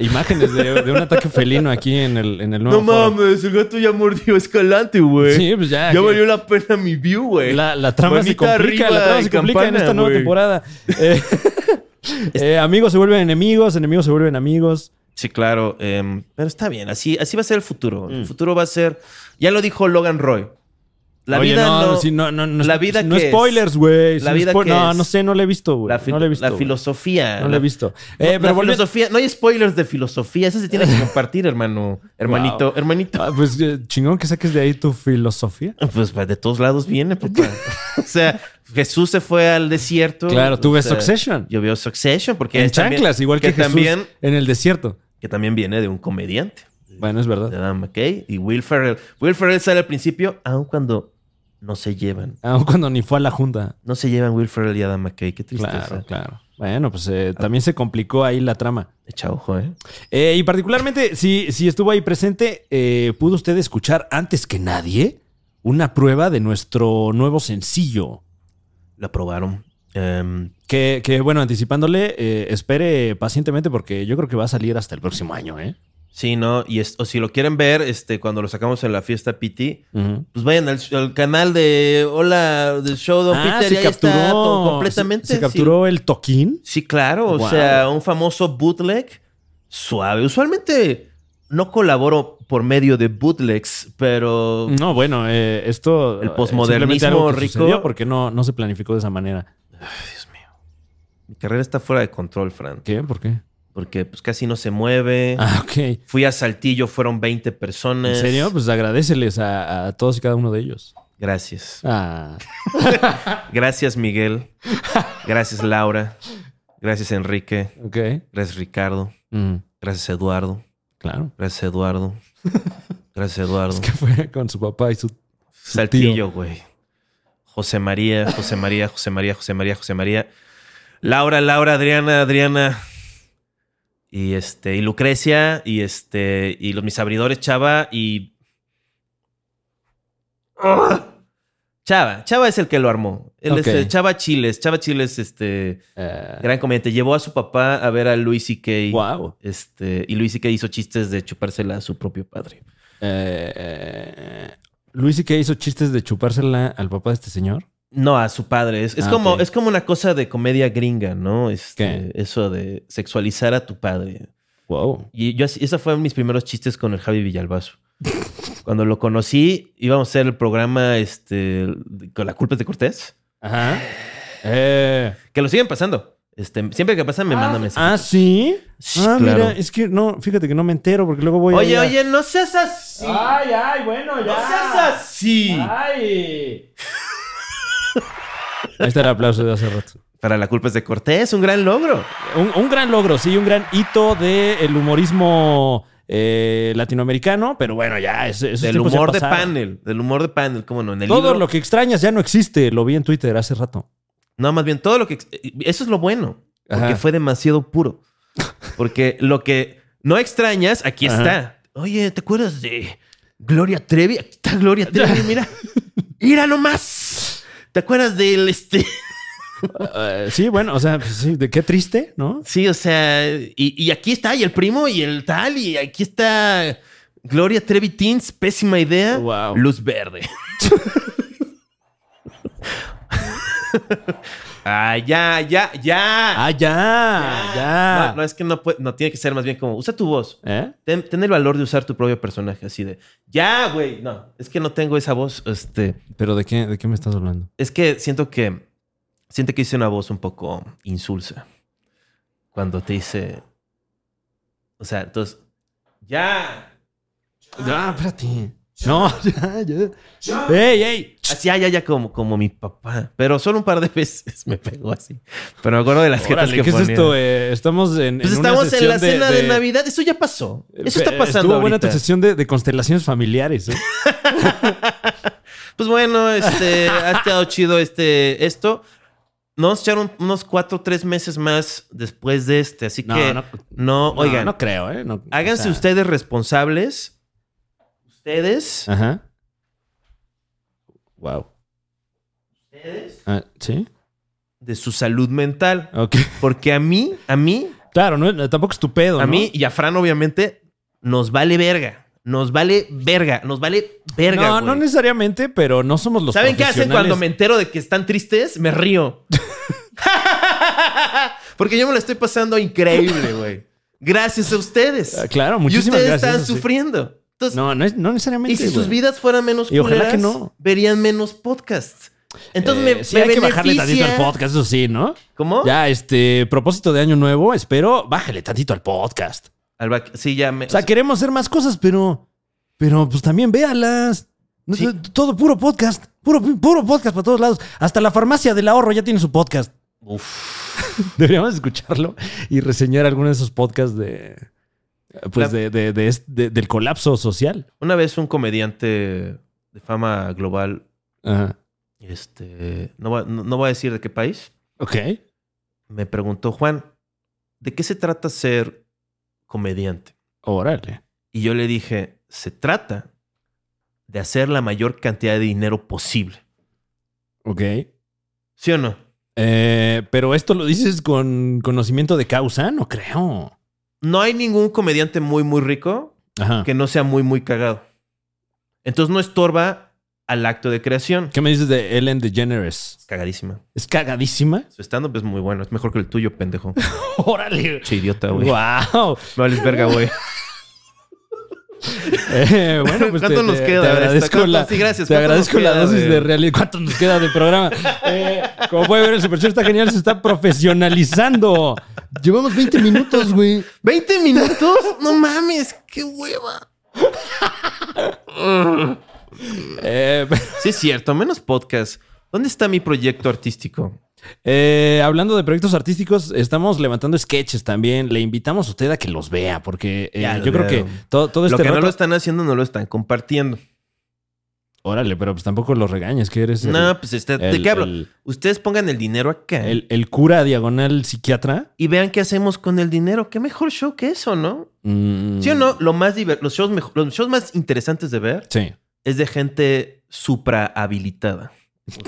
[SPEAKER 1] imágenes de, de un ataque felino aquí en el, en el
[SPEAKER 2] No
[SPEAKER 1] nuevo. foro.
[SPEAKER 2] mames, el gato ya mordió a Escalante, güey.
[SPEAKER 1] Sí, pues ya.
[SPEAKER 2] ya
[SPEAKER 1] que-
[SPEAKER 2] valió la pena mi view, güey.
[SPEAKER 1] La, la trama se
[SPEAKER 2] Manita
[SPEAKER 1] complica,
[SPEAKER 2] arriba
[SPEAKER 1] la trama
[SPEAKER 2] y
[SPEAKER 1] se complica en
[SPEAKER 2] campana,
[SPEAKER 1] esta nueva
[SPEAKER 2] güey.
[SPEAKER 1] temporada. Eh, eh, amigos se vuelven enemigos, enemigos se vuelven amigos.
[SPEAKER 2] Sí, claro. em, pero está bien. Así, así va a ser el futuro. El futuro va a ser... Ya lo dijo Logan Roy. La
[SPEAKER 1] Oye,
[SPEAKER 2] vida no...
[SPEAKER 1] sí, no, no, no-
[SPEAKER 2] la vida
[SPEAKER 1] no
[SPEAKER 2] que es.
[SPEAKER 1] spoilers, güey.
[SPEAKER 2] La
[SPEAKER 1] Sí,
[SPEAKER 2] vida
[SPEAKER 1] spo-
[SPEAKER 2] que
[SPEAKER 1] no,
[SPEAKER 2] es.
[SPEAKER 1] no sé, no la he visto, güey.
[SPEAKER 2] la fi-
[SPEAKER 1] No la he visto.
[SPEAKER 2] la
[SPEAKER 1] güey.
[SPEAKER 2] filosofía.
[SPEAKER 1] No la he visto.
[SPEAKER 2] No,
[SPEAKER 1] Eh,
[SPEAKER 2] la
[SPEAKER 1] pero volviendo-
[SPEAKER 2] filosofía, no hay spoilers de filosofía, eso se tiene que compartir, hermano, hermanito, hermanito.
[SPEAKER 1] Ah, pues eh, chingón que saques de ahí tu filosofía.
[SPEAKER 2] Pues de todos lados viene, papá. o sea, Jesús se fue al desierto.
[SPEAKER 1] Claro, tú
[SPEAKER 2] o
[SPEAKER 1] ves
[SPEAKER 2] sea,
[SPEAKER 1] Succession.
[SPEAKER 2] Yo veo Succession porque
[SPEAKER 1] en
[SPEAKER 2] es también-
[SPEAKER 1] chanclas, igual que, Jesús
[SPEAKER 2] también
[SPEAKER 1] en el desierto.
[SPEAKER 2] que también viene de un comediante,
[SPEAKER 1] Bueno, es
[SPEAKER 2] de
[SPEAKER 1] verdad.
[SPEAKER 2] Adam McKay y Will Ferrell. Will Ferrell sale al principio, aun cuando no se llevan,
[SPEAKER 1] Aún cuando ni fue a la junta.
[SPEAKER 2] no se llevan Will Ferrell y Adam McKay, qué tristeza.
[SPEAKER 1] Claro, claro. Bueno, pues eh, también se complicó ahí la trama.
[SPEAKER 2] Echa ojo, ¿eh?
[SPEAKER 1] Eh, y particularmente, si, si estuvo ahí presente, eh, pudo usted escuchar antes que nadie una prueba de nuestro nuevo sencillo.
[SPEAKER 2] La probaron. Em,
[SPEAKER 1] Que, que, bueno, anticipándole, eh, espere pacientemente porque yo creo que va a salir hasta el próximo año, ¿eh?
[SPEAKER 2] sí, no, y es- o si lo quieren ver, este cuando lo sacamos en la fiesta PT,
[SPEAKER 1] Ujú.
[SPEAKER 2] pues vayan al, al canal de Hola del show Don
[SPEAKER 1] Ah,
[SPEAKER 2] Peter y
[SPEAKER 1] se
[SPEAKER 2] ahí está todo
[SPEAKER 1] capturó.
[SPEAKER 2] completamente.
[SPEAKER 1] Se, se
[SPEAKER 2] sí.
[SPEAKER 1] capturó el toquín.
[SPEAKER 2] Sí, claro.
[SPEAKER 1] Wow.
[SPEAKER 2] O sea, un famoso bootleg suave. Usualmente no colaboro por medio de bootlegs, pero
[SPEAKER 1] No, bueno, eh, esto.
[SPEAKER 2] El
[SPEAKER 1] eh,
[SPEAKER 2] posmodernismo
[SPEAKER 1] simplemente algo que
[SPEAKER 2] rico.
[SPEAKER 1] sucedió porque no, no se planificó de esa manera.
[SPEAKER 2] mi carrera está fuera de control, Fran.
[SPEAKER 1] ¿Qué? ¿Por qué?
[SPEAKER 2] Porque pues casi no se mueve.
[SPEAKER 1] Ah, ok.
[SPEAKER 2] Fui a Saltillo, fueron 20
[SPEAKER 1] ¿En
[SPEAKER 2] personas.
[SPEAKER 1] serio? Pues agradeceles a, a todos y cada uno de ellos.
[SPEAKER 2] Gracias.
[SPEAKER 1] Ah.
[SPEAKER 2] Gracias, Miguel. Gracias, Laura. Gracias, Enrique.
[SPEAKER 1] Ok.
[SPEAKER 2] Gracias, Ricardo.
[SPEAKER 1] Mm.
[SPEAKER 2] Gracias, Eduardo.
[SPEAKER 1] Claro.
[SPEAKER 2] Gracias, Eduardo. Gracias, Eduardo.
[SPEAKER 1] Es que fue con su papá y su.
[SPEAKER 2] Saltillo, güey. José María, José María, José María, José María, José María. Laura, Laura, Adriana, Adriana. Y este, y Lucrecia, y este, y los mis abridores, Chava, y. ¡Ugh! Chava, Chava es el que lo armó. Él es,
[SPEAKER 1] Ok.
[SPEAKER 2] eh, Chava Chiles, Chava Chiles, este,
[SPEAKER 1] eh,
[SPEAKER 2] gran comediante. Llevó a su papá a ver a Luis C.K.
[SPEAKER 1] wow.
[SPEAKER 2] Este, y Luis C.K. hizo chistes de chupársela a su propio padre.
[SPEAKER 1] Eh, eh, Luis y que hizo chistes de chupársela al papá de este señor.
[SPEAKER 2] No, a su padre. Es, es
[SPEAKER 1] Ah,
[SPEAKER 2] como,
[SPEAKER 1] ok.
[SPEAKER 2] es como una cosa de comedia gringa, ¿no? Este, Eso de sexualizar a tu padre.
[SPEAKER 1] Wow.
[SPEAKER 2] Y yo, así- esa fue mis primeros chistes con el Javi Villalbazo. Cuando lo conocí, íbamos a hacer el programa este, con la culpa es de Cortés.
[SPEAKER 1] Ajá. Eh,
[SPEAKER 2] Que lo siguen pasando. Este, siempre que pasa me manda mensajes.
[SPEAKER 1] ah, sí.
[SPEAKER 2] Sí,
[SPEAKER 1] ah,
[SPEAKER 2] claro.
[SPEAKER 1] mira, es que no, fíjate que no me entero porque luego voy
[SPEAKER 2] Oye,
[SPEAKER 1] a.
[SPEAKER 2] oye, no seas así.
[SPEAKER 1] Ay, ay, bueno, Ah, ya.
[SPEAKER 2] no seas así.
[SPEAKER 1] Ay. Ahí está el aplauso de hace rato.
[SPEAKER 2] Para la culpa es de Cortés, un gran logro.
[SPEAKER 1] Un, un gran logro, sí, un gran hito del humorismo eh, latinoamericano, pero bueno, ya, es, esos
[SPEAKER 2] Del
[SPEAKER 1] tiempos ya
[SPEAKER 2] humor de
[SPEAKER 1] pasaron.
[SPEAKER 2] panel. Del humor de panel, cómo no. En el
[SPEAKER 1] Todo
[SPEAKER 2] libro-
[SPEAKER 1] lo que extrañas ya no existe, lo vi en Twitter hace rato.
[SPEAKER 2] No, más bien todo lo que. eh, Eso es lo bueno. Porque
[SPEAKER 1] Ajá.
[SPEAKER 2] fue demasiado puro. Porque lo que no extrañas, aquí
[SPEAKER 1] Ajá.
[SPEAKER 2] está. Oye, ¿te acuerdas de Gloria Trevi? Aquí está Gloria Trevi, mira. Mira nomás. ¿Te acuerdas del este?
[SPEAKER 1] Eh, sí, bueno, o sea, pues sí, de qué triste, ¿no?
[SPEAKER 2] Sí, o sea, y, y aquí está, y el primo, y el tal, y aquí está Gloria Trevi Teens, pésima idea.
[SPEAKER 1] Wow.
[SPEAKER 2] Luz verde. ah, ya, ya, ya.
[SPEAKER 1] Ah, ya, ya.
[SPEAKER 2] No, no, es que no puede, no tiene que ser más bien como, usa tu voz.
[SPEAKER 1] ¿Eh?
[SPEAKER 2] Ten, ten el valor de usar tu propio personaje, así de, ya, güey, no, es que no tengo esa voz, este,
[SPEAKER 1] ¿Pero de qué, de qué me estás hablando?
[SPEAKER 2] es que siento que, siento que hice una voz un poco insulsa cuando te hice, o sea, entonces, ya,
[SPEAKER 1] Ah, espérate. No, ya, ya. ¡Ey, ey!
[SPEAKER 2] así, ya, ya, ya, como, como mi papá, pero solo un par de veces me pegó así, pero me acuerdo de las jetas
[SPEAKER 1] Órale,
[SPEAKER 2] que
[SPEAKER 1] ¿Qué es
[SPEAKER 2] ponía.
[SPEAKER 1] esto? Eh, estamos en.
[SPEAKER 2] Pues
[SPEAKER 1] en una
[SPEAKER 2] estamos en
[SPEAKER 1] sesión
[SPEAKER 2] la cena de,
[SPEAKER 1] de
[SPEAKER 2] Navidad, eso ya pasó, eso
[SPEAKER 1] Eh,
[SPEAKER 2] está pasando
[SPEAKER 1] Estuvo buena tu
[SPEAKER 2] ahorita.
[SPEAKER 1] sesión de, de constelaciones familiares. ¿eh?
[SPEAKER 2] Pues bueno, este, ha estado chido este, esto. Nos echaron unos cuatro o tres meses más después de este, así
[SPEAKER 1] No,
[SPEAKER 2] que
[SPEAKER 1] no.
[SPEAKER 2] no, oigan,
[SPEAKER 1] no creo, ¿eh? No, o
[SPEAKER 2] háganse
[SPEAKER 1] sea,
[SPEAKER 2] ustedes responsables. Ustedes.
[SPEAKER 1] Ajá. Wow.
[SPEAKER 2] Ustedes.
[SPEAKER 1] Ah, ¿Sí?
[SPEAKER 2] De su salud mental.
[SPEAKER 1] Ok.
[SPEAKER 2] Porque a mí, a mí,
[SPEAKER 1] Claro, no, no, tampoco es tu pedo.
[SPEAKER 2] a
[SPEAKER 1] ¿no?
[SPEAKER 2] mí y a Fran, obviamente, nos vale verga. Nos vale verga. Nos vale verga.
[SPEAKER 1] No,
[SPEAKER 2] güey.
[SPEAKER 1] no necesariamente, pero no somos los
[SPEAKER 2] ¿Saben qué hacen cuando me
[SPEAKER 1] profesionales.
[SPEAKER 2] entero de que están tristes? Me río. Porque yo me la estoy pasando increíble, güey. Gracias a ustedes.
[SPEAKER 1] Ah, Claro,
[SPEAKER 2] y
[SPEAKER 1] muchísimas
[SPEAKER 2] ustedes
[SPEAKER 1] gracias.
[SPEAKER 2] están
[SPEAKER 1] eso sí.
[SPEAKER 2] sufriendo. Entonces,
[SPEAKER 1] No, no, es- no necesariamente.
[SPEAKER 2] y si sus
[SPEAKER 1] güey.
[SPEAKER 2] vidas fueran menos
[SPEAKER 1] Y ojalá
[SPEAKER 2] culeras,
[SPEAKER 1] que no.
[SPEAKER 2] verían menos podcasts. Entonces
[SPEAKER 1] Eh,
[SPEAKER 2] me,
[SPEAKER 1] sí,
[SPEAKER 2] me
[SPEAKER 1] hay que bajarle tantito al
[SPEAKER 2] beneficia-
[SPEAKER 1] podcast, eso sí, ¿no?
[SPEAKER 2] ¿Cómo?
[SPEAKER 1] Ya, este, propósito de año nuevo, espero, bájale tantito al podcast.
[SPEAKER 2] Al back- Sí, ya me.
[SPEAKER 1] O sea, queremos hacer más cosas, pero. Pero pues también véalas. No,
[SPEAKER 2] Sí.
[SPEAKER 1] Todo puro podcast. Puro, puro podcast para todos lados. Hasta la farmacia del ahorro ya tiene su podcast.
[SPEAKER 2] Uf.
[SPEAKER 1] Deberíamos escucharlo y reseñar alguno de esos podcasts de. Pues de, de- de es- de- del colapso social.
[SPEAKER 2] Una vez un comediante de fama global,
[SPEAKER 1] Ajá.
[SPEAKER 2] este, no, va- no- no voy a decir de qué país,
[SPEAKER 1] Ok.
[SPEAKER 2] me preguntó, Juan, ¿de qué se trata ser comediante?
[SPEAKER 1] Órale.
[SPEAKER 2] Y yo le dije, se trata de hacer la mayor cantidad de dinero posible.
[SPEAKER 1] Ok.
[SPEAKER 2] ¿Sí o no?
[SPEAKER 1] Eh, pero esto lo dices con conocimiento de causa, no creo.
[SPEAKER 2] No hay ningún comediante muy, muy rico
[SPEAKER 1] Ajá. ¿Qué,
[SPEAKER 2] que no sea muy, muy cagado. Entonces no estorba al acto de creación.
[SPEAKER 1] me dices de Ellen DeGeneres?
[SPEAKER 2] Es cagadísima.
[SPEAKER 1] ¿Es cagadísima?
[SPEAKER 2] Su stand-up es muy bueno. Es mejor que el tuyo, pendejo.
[SPEAKER 1] Órale.
[SPEAKER 2] Che idiota, güey.
[SPEAKER 1] Wow.
[SPEAKER 2] No vales verga, güey.
[SPEAKER 1] Eh, bueno, pues
[SPEAKER 2] ¿Cuánto
[SPEAKER 1] te,
[SPEAKER 2] nos
[SPEAKER 1] te-
[SPEAKER 2] queda
[SPEAKER 1] te
[SPEAKER 2] de esta?
[SPEAKER 1] agradezco
[SPEAKER 2] ¿Cuánto-
[SPEAKER 1] la,
[SPEAKER 2] sí, gracias,
[SPEAKER 1] te
[SPEAKER 2] ¿cuánto nos
[SPEAKER 1] agradezco la
[SPEAKER 2] queda
[SPEAKER 1] dosis de...
[SPEAKER 2] de-
[SPEAKER 1] realidad. ¿Cuánto nos queda de programa? Eh, como puede ver, el Super Show está genial, se está profesionalizando. Llevamos 20 minutos, güey.
[SPEAKER 2] ¿20 minutos? No mames, qué hueva.
[SPEAKER 1] Eh,
[SPEAKER 2] Sí, es cierto, menos podcast. ¿Dónde está mi proyecto artístico?
[SPEAKER 1] Eh, hablando de proyectos artísticos, estamos levantando sketches también. Le invitamos a usted a que los vea, porque eh,
[SPEAKER 2] Ya los
[SPEAKER 1] yo creo
[SPEAKER 2] veo.
[SPEAKER 1] que todo, todo
[SPEAKER 2] lo
[SPEAKER 1] este
[SPEAKER 2] que no
[SPEAKER 1] rato-
[SPEAKER 2] lo están haciendo, no lo están compartiendo.
[SPEAKER 1] Órale, pero pues tampoco los regañes, que eres el-
[SPEAKER 2] no, pues está- ¿de
[SPEAKER 1] el-
[SPEAKER 2] qué hablo? Eh.
[SPEAKER 1] el-
[SPEAKER 2] Ustedes pongan el dinero acá
[SPEAKER 1] el, el cura diagonal psiquiatra.
[SPEAKER 2] y vean qué hacemos con el dinero. Qué mejor show que eso, ¿no?
[SPEAKER 1] Mm,
[SPEAKER 2] ¿Sí o no? Lo más diver- los, shows mejo- los shows más interesantes de ver
[SPEAKER 1] Sí.
[SPEAKER 2] es de gente supra habilitada.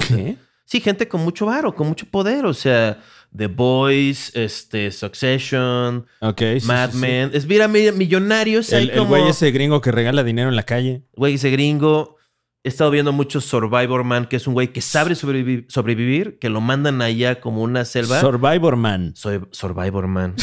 [SPEAKER 1] ¿Qué?
[SPEAKER 2] Sí, gente con mucho varo, con mucho poder. O sea, The Boys, este, Succession,
[SPEAKER 1] Ok. sí, sí,
[SPEAKER 2] Mad
[SPEAKER 1] sí.
[SPEAKER 2] Men. Es, mira, mira, millonarios.
[SPEAKER 1] El,
[SPEAKER 2] El,
[SPEAKER 1] el güey ese gringo que regala dinero en la calle.
[SPEAKER 2] güey ese gringo. He estado viendo mucho Survivor Man, que es un güey que sabe sobrevivi- sobrevivir, que lo mandan allá como una selva.
[SPEAKER 1] Survivor Man.
[SPEAKER 2] Soy Survivor Man.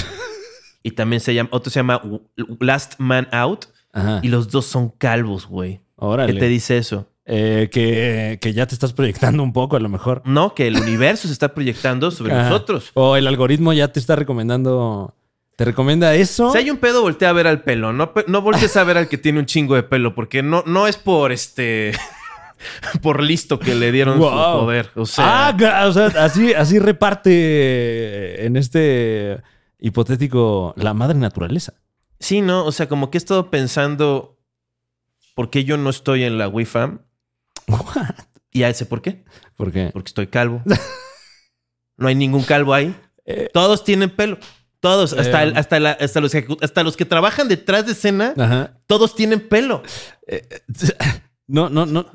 [SPEAKER 2] y también se llama, otro se llama W- Last Man Out.
[SPEAKER 1] Ajá.
[SPEAKER 2] Y los dos son calvos, güey. ¿Qué
[SPEAKER 1] Órale.
[SPEAKER 2] te dice eso?
[SPEAKER 1] Eh, que, que ya te estás proyectando un poco, a lo mejor.
[SPEAKER 2] No, que el universo se está proyectando sobre
[SPEAKER 1] Ajá.
[SPEAKER 2] nosotros.
[SPEAKER 1] O el algoritmo ya te está recomendando. ¿Te recomienda eso?
[SPEAKER 2] Si hay un pedo, voltea a ver al pelo. No, pe- no voltees a ver al que tiene un chingo de pelo, porque no, no es por este. por listo que le dieron su
[SPEAKER 1] Wow.
[SPEAKER 2] poder. O sea,
[SPEAKER 1] ah, gra- o sea, así, así reparte en este hipotético la madre naturaleza.
[SPEAKER 2] sí, ¿no? O sea, como que he estado pensando por qué yo no estoy en la WIFAM. Y ya sé por qué.
[SPEAKER 1] Porque
[SPEAKER 2] Porque estoy calvo. no hay ningún calvo ahí.
[SPEAKER 1] Eh.
[SPEAKER 2] Todos tienen pelo. Todos, hasta,
[SPEAKER 1] Eh.
[SPEAKER 2] el- hasta, la- hasta los, ejecu- hasta los que trabajan detrás de escena,
[SPEAKER 1] Ajá.
[SPEAKER 2] todos tienen pelo.
[SPEAKER 1] No, no, no,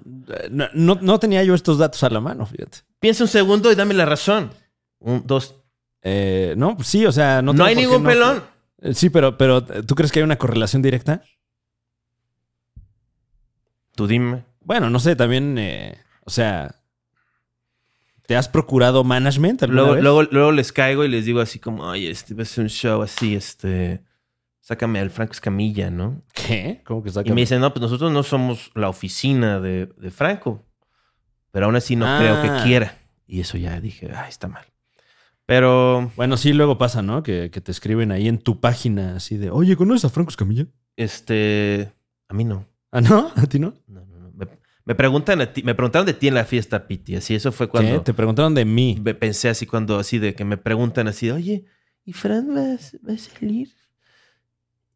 [SPEAKER 1] no, no, no tenía yo estos datos a la mano, fíjate.
[SPEAKER 2] Piensa un segundo y dame la razón. Un, dos.
[SPEAKER 1] Eh, no, pues sí, o sea, no.
[SPEAKER 2] No,
[SPEAKER 1] tengo
[SPEAKER 2] hay
[SPEAKER 1] por qué
[SPEAKER 2] ningún
[SPEAKER 1] no-
[SPEAKER 2] pelón.
[SPEAKER 1] Eh, Sí, pero, pero ¿tú crees que hay una correlación directa?
[SPEAKER 2] Tú dime.
[SPEAKER 1] Bueno, no sé, también, eh, o sea, ¿te has procurado management alguna
[SPEAKER 2] Luego,
[SPEAKER 1] vez?
[SPEAKER 2] luego, luego les caigo y les digo así como, oye, este va a ser un show así, este, sácame al Franco Escamilla, ¿no?
[SPEAKER 1] ¿Qué? ¿Cómo que saca?
[SPEAKER 2] Y me dicen, no, pues nosotros no somos la oficina de, de Franco, pero aún así no
[SPEAKER 1] Ah.
[SPEAKER 2] creo que quiera. Y eso ya dije, ay, está mal. Pero,
[SPEAKER 1] Bueno, sí, luego pasa, ¿no? Que, que te escriben ahí en tu página así de, oye, ¿conoces a Franco Escamilla?
[SPEAKER 2] este, a mí no.
[SPEAKER 1] Ah, ¿no? ¿A ti no?
[SPEAKER 2] No, no, no. Me, me preguntan a ti, me preguntaron de ti en la fiesta, Piti. Así, eso fue
[SPEAKER 1] ¿Qué?
[SPEAKER 2] cuando
[SPEAKER 1] Te preguntaron de mí.
[SPEAKER 2] me pensé así cuando, así de que me preguntan así, oye, ¿y Fran va, a- va a salir?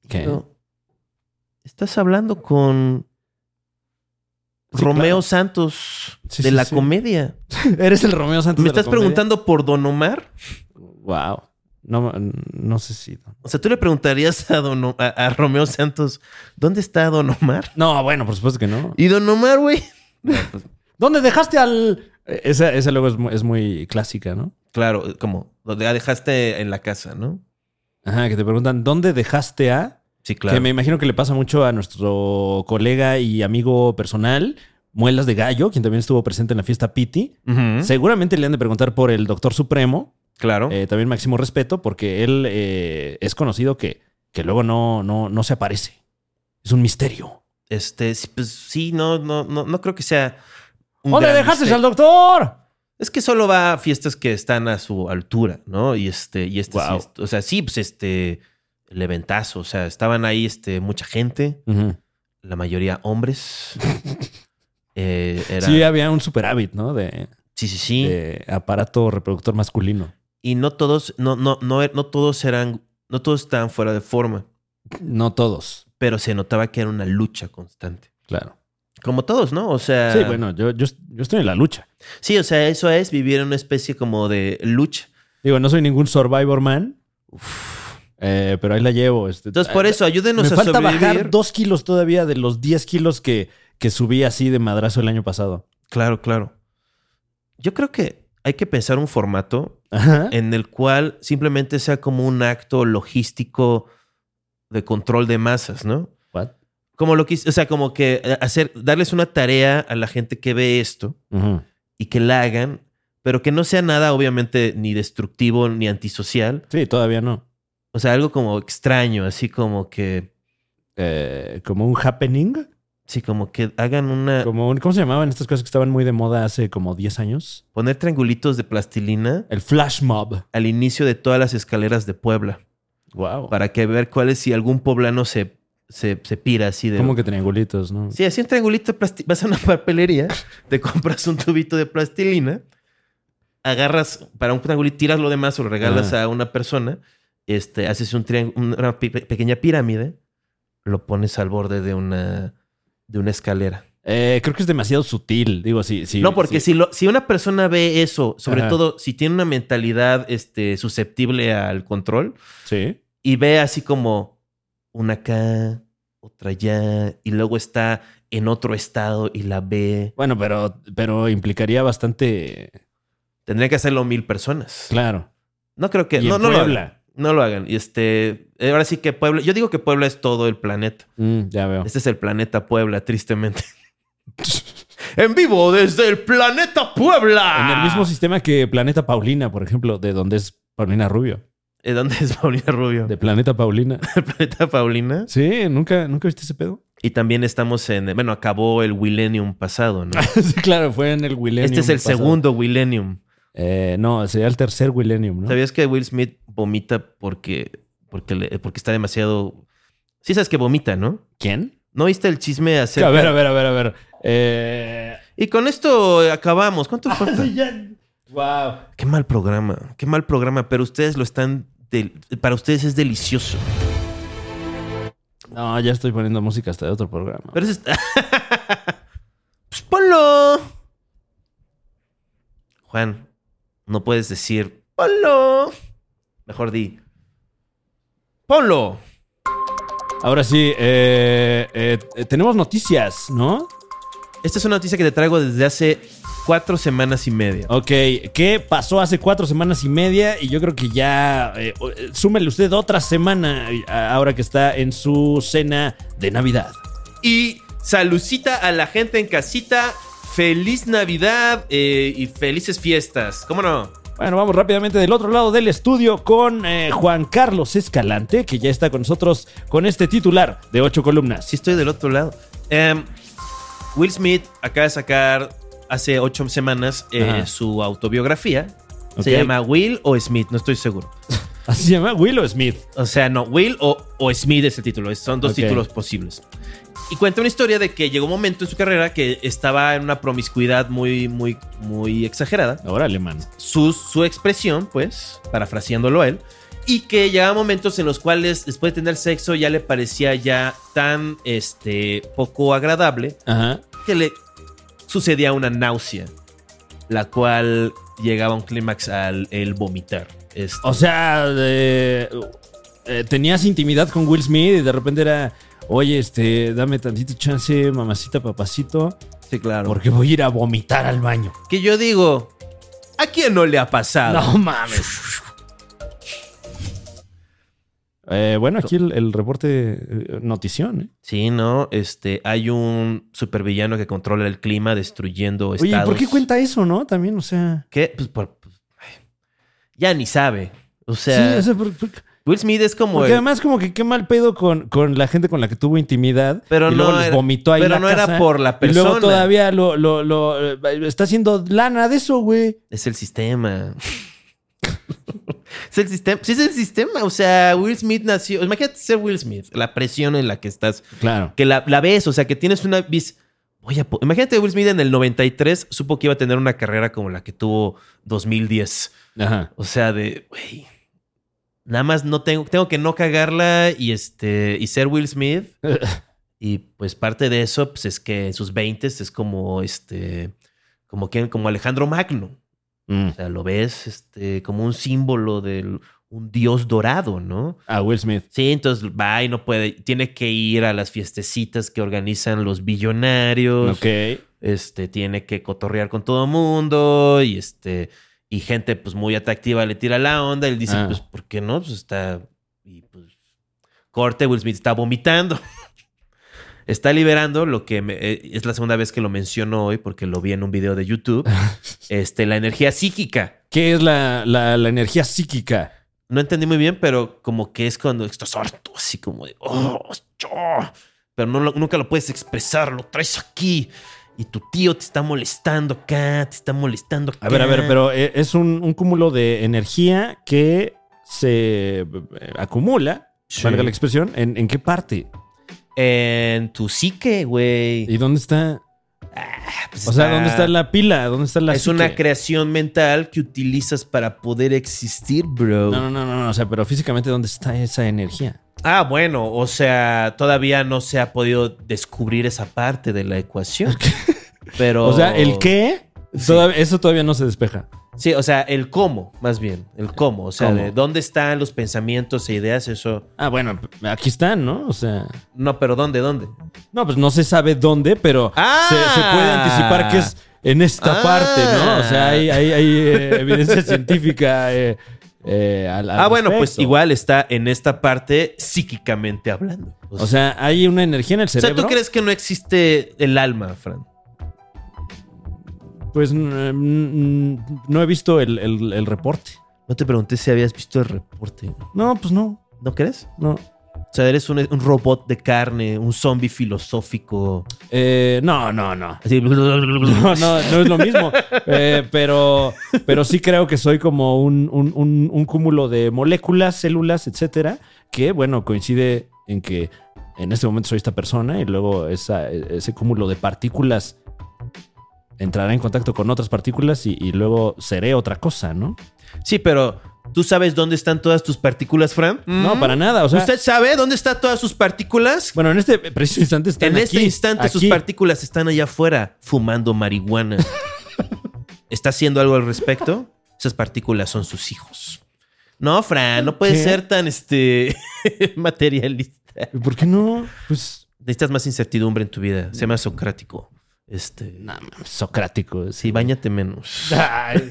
[SPEAKER 2] Y
[SPEAKER 1] ¿Qué?
[SPEAKER 2] yo, Estás hablando con
[SPEAKER 1] Sí,
[SPEAKER 2] Romeo
[SPEAKER 1] claro.
[SPEAKER 2] Santos
[SPEAKER 1] Sí,
[SPEAKER 2] de
[SPEAKER 1] sí,
[SPEAKER 2] la
[SPEAKER 1] sí.
[SPEAKER 2] comedia.
[SPEAKER 1] Eres el Romeo Santos.
[SPEAKER 2] ¿Me estás preguntando por Don Omar?
[SPEAKER 1] Wow. No, no sé si.
[SPEAKER 2] O sea, tú le preguntarías a, Don O- a, a Romeo Santos, ¿dónde está Don Omar?
[SPEAKER 1] No, bueno, por supuesto que no.
[SPEAKER 2] Y Don Omar, güey. pues,
[SPEAKER 1] ¿Dónde dejaste al.? Eh, Esa, esa luego es mu- es muy, clásica, ¿no?
[SPEAKER 2] Claro, como, donde la dejaste en la casa, ¿no?
[SPEAKER 1] Ajá, que te preguntan, ¿dónde dejaste a?
[SPEAKER 2] Sí, claro.
[SPEAKER 1] Que me imagino que le pasa mucho a nuestro colega y amigo personal, Muelas de Gallo, quien también estuvo presente en la fiesta Piti.
[SPEAKER 2] Ujú,
[SPEAKER 1] Seguramente le han de preguntar por el Doctor Supremo,
[SPEAKER 2] Claro.
[SPEAKER 1] eh, también máximo respeto, porque él eh, es conocido que, que luego no, no, no se aparece. Es un misterio.
[SPEAKER 2] Este, sí, pues sí, no, no, no, no creo que sea. un
[SPEAKER 1] ¿Dónde
[SPEAKER 2] gran
[SPEAKER 1] dejaste
[SPEAKER 2] misterio.
[SPEAKER 1] al doctor?
[SPEAKER 2] Es que solo va a fiestas que están a su altura, ¿no? Y este, y este, sí,
[SPEAKER 1] Wow.
[SPEAKER 2] este- o sea, sí, pues este, el eventazo, o sea, estaban ahí, este, mucha gente,
[SPEAKER 1] Ujú.
[SPEAKER 2] la mayoría hombres. Eh, era-
[SPEAKER 1] Sí, había un superávit, ¿no? De,
[SPEAKER 2] sí, sí, sí.
[SPEAKER 1] de aparato reproductor masculino.
[SPEAKER 2] Y no todos, no, no, no, er, no todos eran, no todos estaban fuera de forma,
[SPEAKER 1] No todos,
[SPEAKER 2] pero se notaba que era una lucha constante.
[SPEAKER 1] claro. Ah.
[SPEAKER 2] Como todos, ¿no? O sea,
[SPEAKER 1] Sí, bueno, yo, yo, yo estoy en la lucha.
[SPEAKER 2] sí, o sea, eso es vivir en una especie como de lucha.
[SPEAKER 1] Digo, no soy ningún Survivor Man, eh, pero ahí la llevo. este.
[SPEAKER 2] Entonces, por eso,
[SPEAKER 1] Me
[SPEAKER 2] ayúdenos a
[SPEAKER 1] falta
[SPEAKER 2] sobrevivir.
[SPEAKER 1] bajar dos kilos todavía de los 10 kilos que, que subí así de madrazo el año pasado.
[SPEAKER 2] Claro, claro. Yo creo que hay que pensar un formato
[SPEAKER 1] Ajá.
[SPEAKER 2] en el cual simplemente sea como un acto logístico de control de masas, ¿no?
[SPEAKER 1] What?
[SPEAKER 2] Como lo que, o sea, como que eh, hacer, darles una tarea a la gente que ve esto
[SPEAKER 1] Ujú.
[SPEAKER 2] y que la hagan, pero que no sea nada, obviamente, ni destructivo ni antisocial.
[SPEAKER 1] Sí, todavía no.
[SPEAKER 2] O sea, algo como extraño, así como que,
[SPEAKER 1] Eh, como un happening.
[SPEAKER 2] sí, como que hagan una,
[SPEAKER 1] Como un, ¿Cómo se llamaban estas cosas que estaban muy de moda hace como 10 años?
[SPEAKER 2] poner triangulitos de plastilina
[SPEAKER 1] El flash mob.
[SPEAKER 2] al inicio de todas las escaleras de Puebla.
[SPEAKER 1] Wow.
[SPEAKER 2] para que ver cuál es si algún poblano se, se, se pira así de.
[SPEAKER 1] Como que triangulitos, ¿no?
[SPEAKER 2] Sí, así un triangulito de plasti- Vas a una papelería, te compras un tubito de plastilina, agarras para un triangulito, tiras lo demás o lo regalas
[SPEAKER 1] Ah.
[SPEAKER 2] a una persona, este, haces un triángu- una pe- pe- pequeña pirámide, lo pones al borde de una, de una escalera.
[SPEAKER 1] Eh, creo que es demasiado sutil. Digo, sí, sí.
[SPEAKER 2] no, porque si, lo, si una persona ve eso, sobre
[SPEAKER 1] Ajá.
[SPEAKER 2] todo si tiene una mentalidad este, susceptible al control,
[SPEAKER 1] Sí.
[SPEAKER 2] y ve así como una acá, otra allá, y luego está en otro estado y la ve.
[SPEAKER 1] Bueno, pero, pero implicaría bastante.
[SPEAKER 2] Tendría que hacerlo mil personas.
[SPEAKER 1] Claro.
[SPEAKER 2] No creo que.
[SPEAKER 1] Y
[SPEAKER 2] No,
[SPEAKER 1] en
[SPEAKER 2] no lo
[SPEAKER 1] Puebla.
[SPEAKER 2] hagan. No lo hagan. Y Este, eh, ahora sí que Puebla. Yo digo que Puebla es todo el planeta.
[SPEAKER 1] Mm, ya veo.
[SPEAKER 2] Este es el planeta Puebla, tristemente. en vivo desde el planeta Puebla.
[SPEAKER 1] En el mismo sistema que Planeta Paulina, por ejemplo, de donde es Paulina Rubio.
[SPEAKER 2] ¿Eh, ¿Dónde es Paulina Rubio?
[SPEAKER 1] De Planeta Paulina.
[SPEAKER 2] El planeta Paulina.
[SPEAKER 1] Sí, nunca, nunca viste ese pedo.
[SPEAKER 2] Y también estamos en. Bueno, acabó el Willenium pasado, ¿no?
[SPEAKER 1] sí, claro, fue en el Willenium.
[SPEAKER 2] este es el
[SPEAKER 1] pasado.
[SPEAKER 2] segundo Willenium.
[SPEAKER 1] Eh, no, sería el tercer Willenium, ¿no?
[SPEAKER 2] ¿Sabías que Will Smith vomita porque, porque, le- porque está demasiado. Sí, sabes que vomita, ¿no?
[SPEAKER 1] ¿Quién?
[SPEAKER 2] ¿No viste el chisme acerca?
[SPEAKER 1] A ver, a ver, a ver, a ver. Eh,
[SPEAKER 2] Y con esto acabamos.
[SPEAKER 1] Ah,
[SPEAKER 2] ¿Cuánto falta?
[SPEAKER 1] wow.
[SPEAKER 2] Qué mal programa, qué mal programa, pero ustedes lo están. del- para ustedes es delicioso.
[SPEAKER 1] No, ya estoy poniendo música hasta de otro programa.
[SPEAKER 2] Pero es. pues ponlo. Juan, no puedes decir ponlo. Mejor di. ¡Ponlo!
[SPEAKER 1] Ahora sí, eh, eh, eh, tenemos noticias, ¿no?
[SPEAKER 2] Esta es una noticia que te traigo desde hace cuatro semanas y media.
[SPEAKER 1] Ok, ¿qué pasó hace cuatro semanas y media? Y yo creo que ya, eh, o- eh, súmele usted otra semana eh, a- ahora que está en su cena de Navidad.
[SPEAKER 2] Y salucita a la gente en casita. Feliz Navidad eh, y felices fiestas. ¿Cómo no?
[SPEAKER 1] Bueno, vamos rápidamente del otro lado del estudio con eh, Juan Carlos Escalante, que ya está con nosotros con este titular de ocho columnas.
[SPEAKER 2] Sí, estoy del otro lado. Em, Will Smith acaba de sacar hace ocho semanas eh,
[SPEAKER 1] Ajá.
[SPEAKER 2] su autobiografía.
[SPEAKER 1] Ok.
[SPEAKER 2] Se llama Will o Smith, no estoy seguro.
[SPEAKER 1] Así se llama Willow Smith.
[SPEAKER 2] O sea, no, Will o, o Smith es el título. Son dos
[SPEAKER 1] Ok.
[SPEAKER 2] títulos posibles. Y cuenta una historia de que llegó un momento en su carrera que estaba en una promiscuidad muy, muy, muy exagerada.
[SPEAKER 1] Órale, mano.
[SPEAKER 2] su, su expresión, pues, parafraseándolo a él, y que llegaba momentos en los cuales después de tener sexo ya le parecía ya tan este, poco agradable
[SPEAKER 1] Ajá.
[SPEAKER 2] que le sucedía una náusea, la cual llegaba a un clímax al el vomitar. Este,
[SPEAKER 1] O sea, de- eh, tenías intimidad con Will Smith y de repente era, oye, este, dame tantito chance, mamacita, papacito,
[SPEAKER 2] sí, claro.
[SPEAKER 1] porque voy a ir a vomitar al baño.
[SPEAKER 2] Que yo digo, ¿a quién no le ha pasado?
[SPEAKER 1] No mames. Eh, bueno, aquí el, el reporte eh, notición. ¿eh?
[SPEAKER 2] Sí, no, este, hay un supervillano que controla el clima destruyendo
[SPEAKER 1] Oye, ¿y
[SPEAKER 2] estados.
[SPEAKER 1] ¿por qué cuenta eso, no? También, o sea.
[SPEAKER 2] ¿Qué? Pues, por- pues, ay, ya ni sabe. O sea,
[SPEAKER 1] Sí, o sea, por- por- porque
[SPEAKER 2] Will Smith es como el-
[SPEAKER 1] además como que qué mal pedo con, con la gente con la que tuvo intimidad.
[SPEAKER 2] Pero
[SPEAKER 1] y luego
[SPEAKER 2] no
[SPEAKER 1] les
[SPEAKER 2] era-
[SPEAKER 1] vomitó ahí
[SPEAKER 2] pero
[SPEAKER 1] la
[SPEAKER 2] no era
[SPEAKER 1] casa,
[SPEAKER 2] por la
[SPEAKER 1] Y luego
[SPEAKER 2] persona.
[SPEAKER 1] todavía lo, lo, lo, eh, está haciendo lana de eso, güey.
[SPEAKER 2] es el sistema. es el sistema. Sí, es el sistema. O sea, Will Smith nació. Imagínate ser Will Smith. La presión en la que estás.
[SPEAKER 1] Claro.
[SPEAKER 2] Que la, la ves, o sea, que tienes una vis. Voy a po- Imagínate Will Smith en el 93 supo que iba a tener una carrera como la que tuvo 2010.
[SPEAKER 1] Ajá.
[SPEAKER 2] O sea, de, güey, nada más no tengo, tengo que no cagarla y este, y ser Will Smith. y pues parte de eso, pues es que en sus 20 es como este, como quien, como Alejandro Magno. O sea, lo ves este, como un símbolo de un dios dorado, ¿no?
[SPEAKER 1] A Will Smith.
[SPEAKER 2] Sí, entonces va y no puede, tiene que ir a las fiestecitas que organizan los billonarios
[SPEAKER 1] Ok.
[SPEAKER 2] este tiene que cotorrear con todo mundo y este y gente pues muy atractiva le tira la onda y él dice
[SPEAKER 1] Ah.
[SPEAKER 2] pues por qué no pues está y pues corte Will Smith está vomitando está liberando lo que me- eh, es la segunda vez que lo menciono hoy porque lo vi en un video de YouTube este la energía psíquica
[SPEAKER 1] ¿Qué es la, la, la energía psíquica?
[SPEAKER 2] no entendí muy bien pero como que es cuando estás harto así como de oh, yo", pero no lo- nunca lo puedes expresar lo traes aquí y tu tío te está molestando acá, te está molestando acá.
[SPEAKER 1] A ver, a ver, pero eh, es un, un cúmulo de energía que se eh, acumula,
[SPEAKER 2] Sí.
[SPEAKER 1] valga la expresión, ¿en, en qué parte?
[SPEAKER 2] en tu psique, güey.
[SPEAKER 1] ¿Y dónde está?
[SPEAKER 2] Pues
[SPEAKER 1] O sea, ¿dónde está la pila? ¿Dónde está la
[SPEAKER 2] Es una
[SPEAKER 1] psique?
[SPEAKER 2] creación mental que utilizas para poder existir, bro.
[SPEAKER 1] No, no, no, no, no, o sea, pero físicamente, ¿dónde está esa energía?
[SPEAKER 2] Ah, bueno, o sea, todavía no se ha podido descubrir esa parte de la ecuación. Pero.
[SPEAKER 1] O sea, ¿el qué? Todav- eso todavía no se despeja.
[SPEAKER 2] Sí, o sea, el cómo, más bien. El cómo. O sea,
[SPEAKER 1] ¿Cómo?
[SPEAKER 2] de dónde están los pensamientos e ideas, eso.
[SPEAKER 1] Ah, bueno, aquí están, ¿no? O sea,
[SPEAKER 2] No, pero ¿dónde? ¿Dónde?
[SPEAKER 1] no, pues no se sabe dónde, pero
[SPEAKER 2] Ah.
[SPEAKER 1] se, se puede anticipar que es en esta
[SPEAKER 2] Ah.
[SPEAKER 1] parte, ¿no? O sea, hay, hay- hay, eh, evidencia científica. eh, eh, al- al
[SPEAKER 2] ah, bueno, pues
[SPEAKER 1] respecto.
[SPEAKER 2] igual está en esta parte psíquicamente hablando.
[SPEAKER 1] O sea, hay una energía en el
[SPEAKER 2] o sea,
[SPEAKER 1] cerebro.
[SPEAKER 2] ¿tú crees que no existe el alma, Fran?
[SPEAKER 1] Pues mm, mm, no he visto el, el- el reporte.
[SPEAKER 2] No te pregunté si habías visto el reporte.
[SPEAKER 1] No, pues no,
[SPEAKER 2] ¿No crees?
[SPEAKER 1] no.
[SPEAKER 2] O sea, eres un, un robot de carne, un zombie filosófico.
[SPEAKER 1] Eh, no, no, no.
[SPEAKER 2] Así-
[SPEAKER 1] No, no, no es lo mismo. Eh, pero, pero sí creo que soy como un, un- un- un cúmulo de moléculas, células, etcétera, que, bueno, coincide en que en este momento soy esta persona y luego esa- ese cúmulo de partículas entrará en contacto con otras partículas y, y luego seré otra cosa, ¿no?
[SPEAKER 2] Sí, pero ¿tú sabes dónde están todas tus partículas, Fran?
[SPEAKER 1] No, para nada. O sea,
[SPEAKER 2] Mm. ¿Usted sabe dónde están todas sus partículas?
[SPEAKER 1] bueno, en este preciso instante están
[SPEAKER 2] en este
[SPEAKER 1] aquí,
[SPEAKER 2] instante sus
[SPEAKER 1] aquí.
[SPEAKER 2] partículas están allá afuera fumando marihuana. ¿Está haciendo algo al respecto? Esas partículas son sus hijos. No, Fran, no puedes
[SPEAKER 1] ¿Qué?
[SPEAKER 2] ser tan este materialista.
[SPEAKER 1] ¿Por qué no? Pues
[SPEAKER 2] Necesitas más incertidumbre en tu vida. Se llama socrático. Este,
[SPEAKER 1] socrático.
[SPEAKER 2] sí, bañate menos.
[SPEAKER 1] Ay.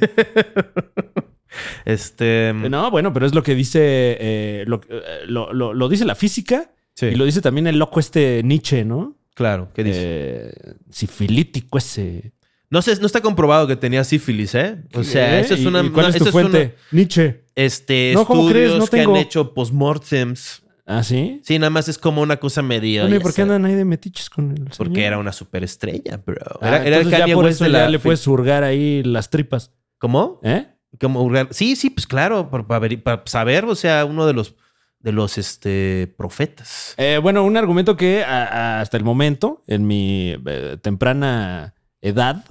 [SPEAKER 2] Este,
[SPEAKER 1] No, bueno, pero es lo que dice. eh, lo, eh, lo- lo- lo dice la física
[SPEAKER 2] Sí.
[SPEAKER 1] y lo dice también el loco este Nietzsche, ¿no?
[SPEAKER 2] claro, ¿qué dices?
[SPEAKER 1] Eh, sifilítico ese.
[SPEAKER 2] No sé, no está comprobado que tenía sífilis, ¿eh? O sea,
[SPEAKER 1] ¿Eh?
[SPEAKER 2] eso es
[SPEAKER 1] ¿Y-
[SPEAKER 2] una.
[SPEAKER 1] ¿Y ¿Cuál
[SPEAKER 2] no,
[SPEAKER 1] es
[SPEAKER 2] eso
[SPEAKER 1] tu fuente?
[SPEAKER 2] una-
[SPEAKER 1] Nietzsche.
[SPEAKER 2] este,
[SPEAKER 1] No, ¿cómo
[SPEAKER 2] estudios
[SPEAKER 1] crees? No
[SPEAKER 2] que
[SPEAKER 1] tengo.
[SPEAKER 2] han hecho postmortems.
[SPEAKER 1] ¿Ah, sí?
[SPEAKER 2] Sí, nada más es como una cosa media.
[SPEAKER 1] Bueno, ¿y
[SPEAKER 2] ya
[SPEAKER 1] por qué
[SPEAKER 2] sabes.
[SPEAKER 1] andan ahí de metiches con el señor?
[SPEAKER 2] Porque era una superestrella, bro.
[SPEAKER 1] Ah,
[SPEAKER 2] Era, era el
[SPEAKER 1] entonces
[SPEAKER 2] Kanye
[SPEAKER 1] ya por
[SPEAKER 2] West
[SPEAKER 1] eso
[SPEAKER 2] de
[SPEAKER 1] ya
[SPEAKER 2] la...
[SPEAKER 1] le puedes surgar ahí las tripas.
[SPEAKER 2] ¿Cómo?
[SPEAKER 1] ¿Eh?
[SPEAKER 2] ¿Cómo hurgar? Sí, sí, pues claro, para, saber, o sea, uno de los, de los este, profetas.
[SPEAKER 1] Eh, bueno, un argumento que a- a- hasta el momento, en mi eh, temprana edad,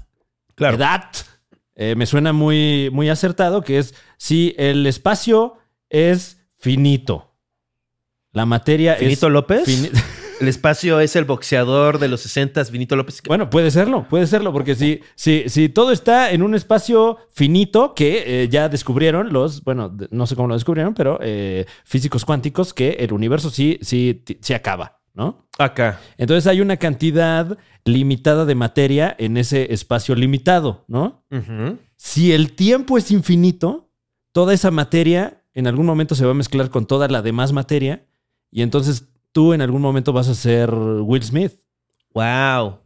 [SPEAKER 1] edad, eh, me suena muy, muy acertado, que es si el espacio es finito, la materia
[SPEAKER 2] ¿Finito
[SPEAKER 1] es...
[SPEAKER 2] López?
[SPEAKER 1] fini-
[SPEAKER 2] El espacio es el boxeador de los 60 Vinito López.
[SPEAKER 1] bueno, puede serlo, puede serlo, porque si, si, si todo está en un espacio finito que eh, ya descubrieron los, bueno, de- no sé cómo lo descubrieron, pero eh, físicos cuánticos que el universo sí, sí, sí acaba, ¿no?
[SPEAKER 2] Acá.
[SPEAKER 1] Entonces hay una cantidad limitada de materia en ese espacio limitado, ¿no?
[SPEAKER 2] Ujú.
[SPEAKER 1] Si el tiempo es infinito, toda esa materia en algún momento se va a mezclar con toda la demás materia y entonces tú en algún momento vas a ser Will Smith,
[SPEAKER 2] Wow.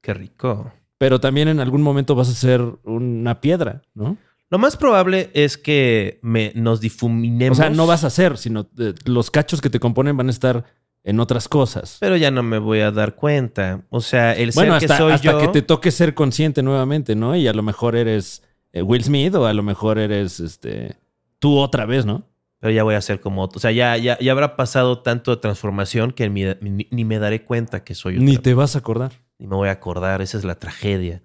[SPEAKER 2] Qué rico.
[SPEAKER 1] pero también en algún momento vas a ser una piedra, ¿no?
[SPEAKER 2] Lo más probable es que me, nos difuminemos.
[SPEAKER 1] O sea, no vas a ser, sino eh, los cachos que te componen van a estar en otras cosas.
[SPEAKER 2] Pero ya no me voy a dar cuenta. O sea, el ser
[SPEAKER 1] Bueno,
[SPEAKER 2] que
[SPEAKER 1] hasta,
[SPEAKER 2] soy
[SPEAKER 1] hasta
[SPEAKER 2] yo.
[SPEAKER 1] que te toque ser consciente nuevamente, ¿no? Y a lo mejor eres eh, Will Smith o a lo mejor eres este tú otra vez, ¿no?
[SPEAKER 2] Pero ya voy a ser como otro. O sea, ya, ya, ya habrá pasado tanto de transformación que mi- ni, ni me daré cuenta que soy
[SPEAKER 1] Ni
[SPEAKER 2] otra-
[SPEAKER 1] te vas a acordar.
[SPEAKER 2] Ni me voy a acordar. Esa es la tragedia.